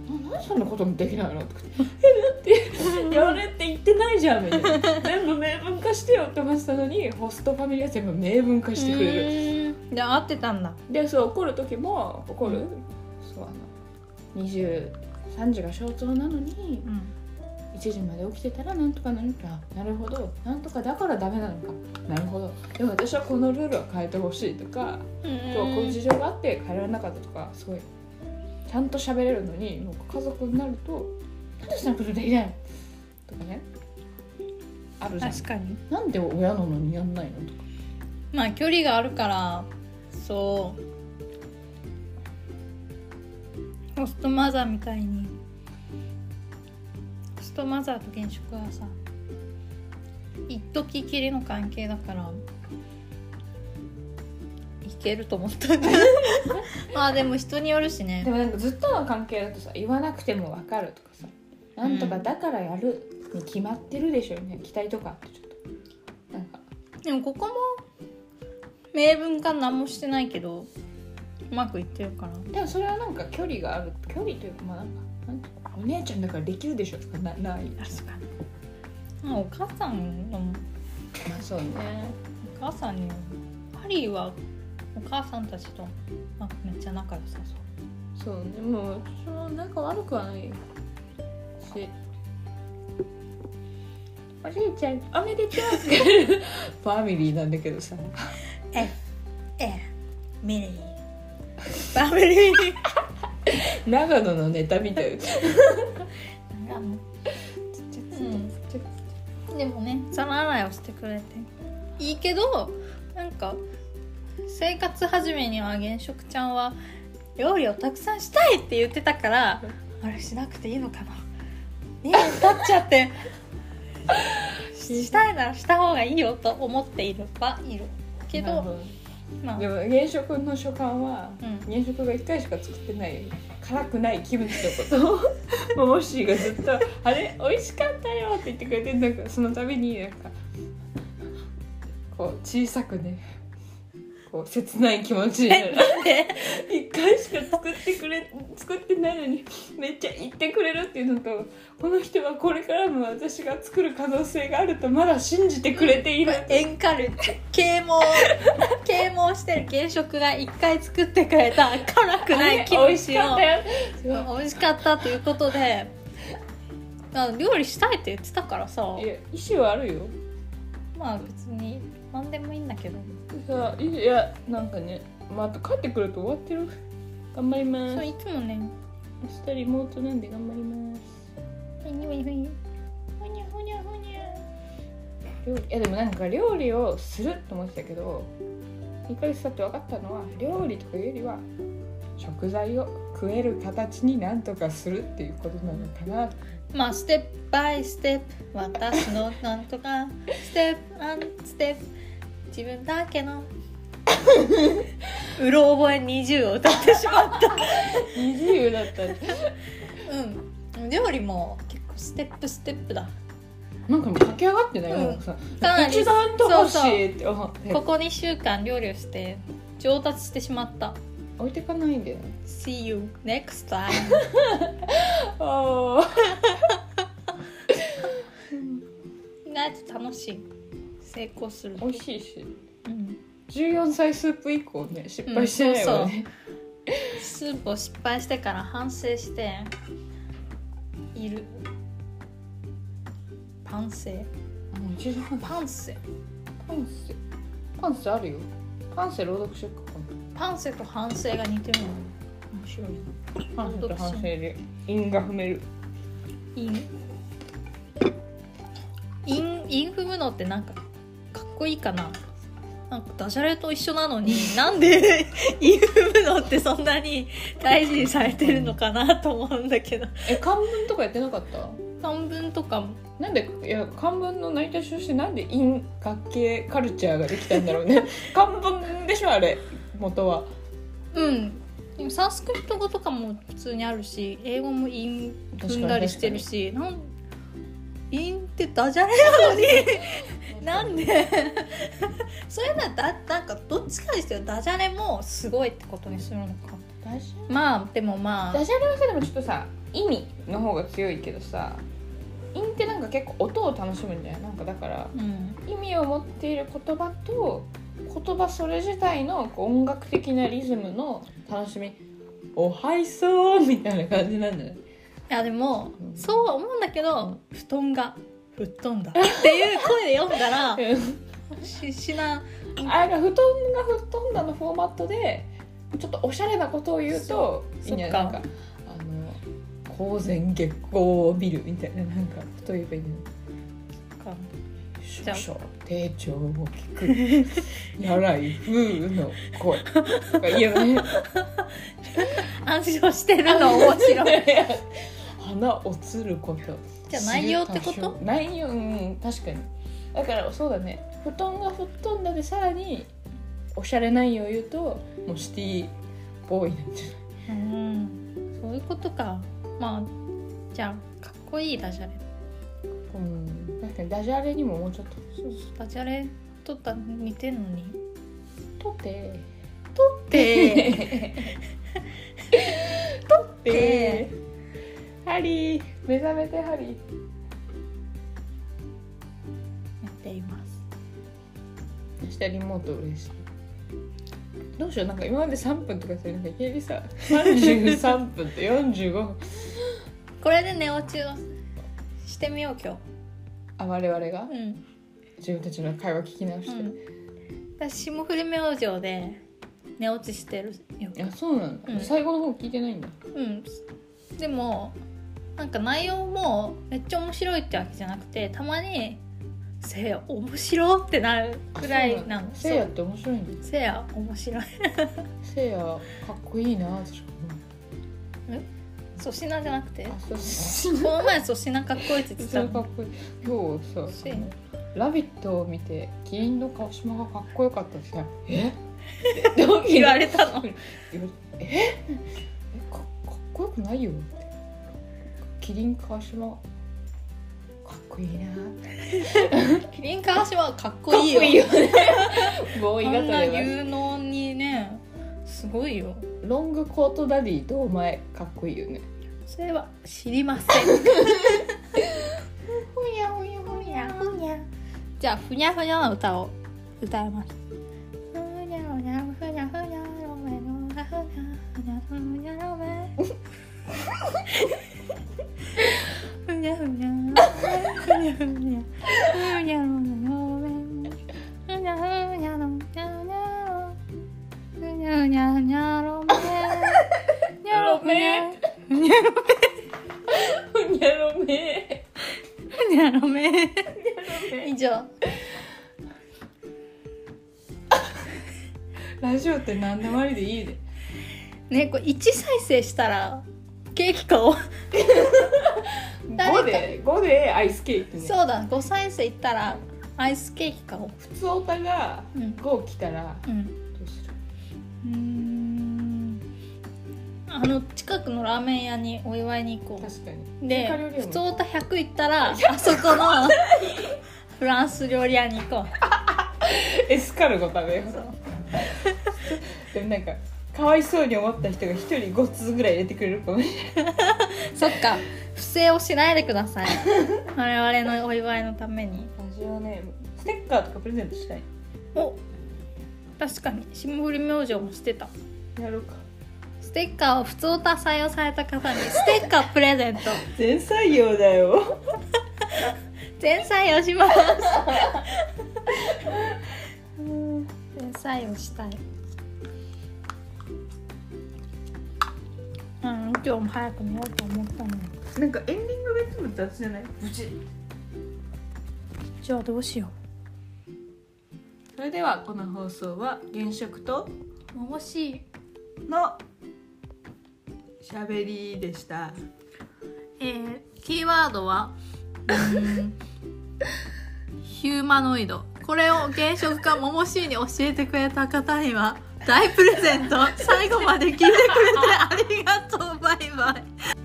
B: ななんでそんなこともできないのとか「えだ <laughs> ってやれって言ってないじゃん」みたいな全部明文化してよって思ってたのにホストファミリーは全部明文化してくれる
A: るで合ってたんだ
B: でそう怒る時も怒る、
A: うん
B: そうあの23時が消灯なのに
A: うん
B: 1時まで起きてたらなんとかなるかなるほどなんとかだからダメなのかなるほどでも私はこのルールは変えてほしいとか今日はこういう事情があって帰られなかったとかすごいちゃんと喋れるのにもう家族になるとなんでそんなことできないのとかねあるじゃん
A: 確かに
B: なんで親なのにやんないのとか
A: まあ距離があるからそうホストマザーみたいにホストマザーと現職はさ一時きりの関係だからいけると思ったんだまあでも人によるし
B: で
A: ね
B: もなんかずっとの関係だとさ言わなくても分かるとかさなんとかだからやるに決まってるでしょうね期待とかってちょっとなんか
A: でもここも明文化何もしてないけどうまくいってるから
B: でもそれはなんか距離がある距離というかまあなんかなんていうのお姉ちゃんだからできるでしょとかなない
A: 確かにまあお母さんの
B: まあそうね
A: お母さんにハリーはお母さんたちと、まあ、めっちゃ仲良さそう
B: そうねもう私は仲悪くはないしおじいちゃんおめでとうファミリーなんだけどさ
A: ええミリーファミリー
B: 長野のネタみたい
A: でもね皿洗いをしてくれていいけどなんか生活始めには原色ちゃんは料理をたくさんしたいって言ってたからあれしなくていいのかな2年経っちゃってしたいならした方がいいよと思っているはいるけどまあ
B: でも現職の書簡は
A: うん
B: 現職が1回しか作ってない辛くないキムチの <laughs> ことをモッシーがずっと「あれ美味しかったよ」って言ってくれてなんかその度になんかこう小さくねこう切ない気持ちになる <laughs>
A: で
B: 1回しか作ってくれ作ってないのにめっちゃ言ってくれるっていうのとこの人はこれからも私が作る可能性があるとまだ信じてくれている
A: エンカルって啓蒙啓蒙してる原色が1回作ってくれた辛くないキ
B: あ
A: ム
B: れ美味し
A: チ
B: か
A: を
B: ったよすごい
A: 美味しかったということであ料理したいって言ってたからさ
B: いや意思はあるよ
A: まあ別に何でもいいんだけど
B: さいやなんかねまあ、あと帰ってくると終わってる頑張りま
A: そう
B: す
A: いつもね
B: 明日リモートなんで頑張ります
A: ふにゅふにゅふにゅふにゅふにゅふにゅ
B: 料理いやでもなんか料理をすると思ってたけど1ヶ月経って分かったのは料理とかいうよりは食材を食える形になんとかするっていうことなのかな
A: まあステップバイステップ私 <laughs> のなんとかステップアンステップ自分だけの <laughs> うろ覚え20を歌ってしまった
B: 二自由だった
A: うん料理も結構ステップステップだ
B: <laughs> なんかもう駆け上がってない、
A: うん
B: もうさ
A: かなり
B: 一段と欲しいって思って
A: ここ2週間料理をして上達してしまった
B: 置いてかないんだよね
A: See you next time
B: <laughs> ああ
A: 意外と楽しい成功する
B: 美味しいし
A: うん
B: 14歳スープ以降ね失敗してないよね、
A: スープを失敗してから反省しているパンセ
B: もう一度
A: パンセ
B: パンセパンセあるよパンセ朗読しよっか
A: パンセと反省が似てるの面白い
B: 今度パンセと反省で因が踏める
A: インインインフムのってなんかかっこいいかななんかダジャレと一緒なの
B: <laughs>
A: になんで <laughs> インフムのってそんなに大事にされてるのかなと思うんだけど
B: え漢文とかやってなかった
A: 漢文とかも
B: なんでいや漢文の内定書してなんで因学系カルチャーができたんだろ <laughs> うね漢文でしょあれ元は
A: うんでもサンスクリット語とかも普通にあるし英語もイン踏んだりしてるしなんインってダジャレ <laughs> なのになんで <laughs> それならだなんかどっちかにしてよダジャレもすごいってことにするのか
B: 大事
A: まあでもまあ
B: ダジャレはさでもちょっとさ意味の方が強いけどさ韻ってなんか結構音を楽しむんじゃないなんかだから
A: うん
B: 意味を持っている言葉と言葉それ自体のこう音楽的なリズムの楽しみおはいそうみたいな感じなんだよね
A: いやでも
B: うん
A: そうは思うんだけど布団が吹っ飛んだっていう声で読んだらししな
B: あなんか布団が吹っ飛んだのフォーマットでちょっとおしゃれなことを言うといいんじゃない
A: そ
B: な
A: っ
B: ん
A: か
B: かあの光前月光を見るみたいななんかと言えばいいんじゃない
A: か
B: 少
A: ゃあ
B: 々丁重を聞く <laughs> やらい風の声とか言えば <laughs> ね
A: 暗唱してるの <laughs> 面白い
B: 花をつること
A: じゃあ内容ってこと
B: 内容うん確かにだからそうだね布団が吹っ飛んだでさらにおしゃれ内容を言うともうシティボーイなんじゃない
A: うんそういうことかまあじゃあかっこいいダジャレ
B: うん確かにダジャレにももうちょっと
A: ダジャレとった似てんのに
B: とて
A: で
B: とっててハリー目覚めてハリー
A: やっています
B: 明日リモート嬉しいどうしようなんか今まで3分とかさなんかいきな
A: <laughs>
B: りさ33分と45分
A: これで寝落ちをしてみよう今
B: あ我々が
A: 日うん、
B: 自分たちの会話聞き直して、
A: うん、私霜降り明星で寝落ちしてるよ
B: いやそうなんだ、
A: うん
B: 最後の方聞いてないんだ
A: うんでもなんか内容もめっちゃ面白いってわけじゃなくてたまに「せいや面白!」ってなるくらいなの
B: せいやって面白いんだ
A: そうせいや面白い
B: せいやかっこいいな私
A: 粗品じゃなくて
B: あそうそう
A: <laughs> この前粗品かっこいいって言ってた
B: そうか
A: の
B: っこいい今日さ
A: せいや
B: 「ラビット!」を見てキリンの川島がかっこよかったってさ「えって同期
A: 言
B: に
A: われたの
B: ええかかっこよくないよってキリン川島かっこいいな
A: キリン川島はかっこ
B: かっこ
A: いいよ
B: ね <laughs> ボーイ
A: あん
B: 型
A: な
B: で
A: 有能にねすごいよ
B: ロングコートダディ堂前かっこいいよね
A: それは知りません
B: ほやほやほや
A: じゃあふにゃふにゃの歌を歌いますふにゃふにゃふにゃふにゃロメロがふにゃふにゃふにゃロメふにゃふにゃふにゃふにゃふにゃロメロメふにゃふにゃロメロふにゃふにゃふにゃロメロふにゃロメ
B: ほにゃろめね
A: にゃろめ以上
B: ラジオって何でもありでいいね
A: ねこれ1再生したらケーキ買おう誰か
B: 5で5でアイスケーキね
A: そうだ5再生いったらアイスケーキ買おう
B: 普通オタが
A: うん
B: 5来たら
A: うん
B: どうする
A: うーんあの近くのラーメン屋にお祝いに行こう
B: 確かに
A: で
B: 中華料理屋
A: 普
B: も
A: 通歌100行った
B: <laughs>
A: らあそこのフランス料理屋に行こ
B: エスカルゴ食べよ
A: うそうう
B: <laughs> でもなんかかわいそうに思った人が一人5つぐらい入れてくれるかもしれない
A: そっか不正をしないでくだ
B: <laughs>
A: さい我々のお祝いのために
B: ラジオネームステッカーとかプレゼントしたい
A: お確かに霜降り明星もしてた
B: やろうか
A: ステッカーを普通歌採用された方にステッカープレゼント
B: 全採用だよ
A: 全採用します全採用したいうん今日も早く寝ようと思ったのに
B: なんかエンディングがいつも雑じゃない無事
A: じゃあどうしよ
B: それではこの放送は現職と
A: うもし
B: のしゃべりでした
A: えーキーワードはうーんヒューマノイドこれを現職かももしーに教えてくれた方には大プレゼント最後まで聞いてくれてありがとうバイバイ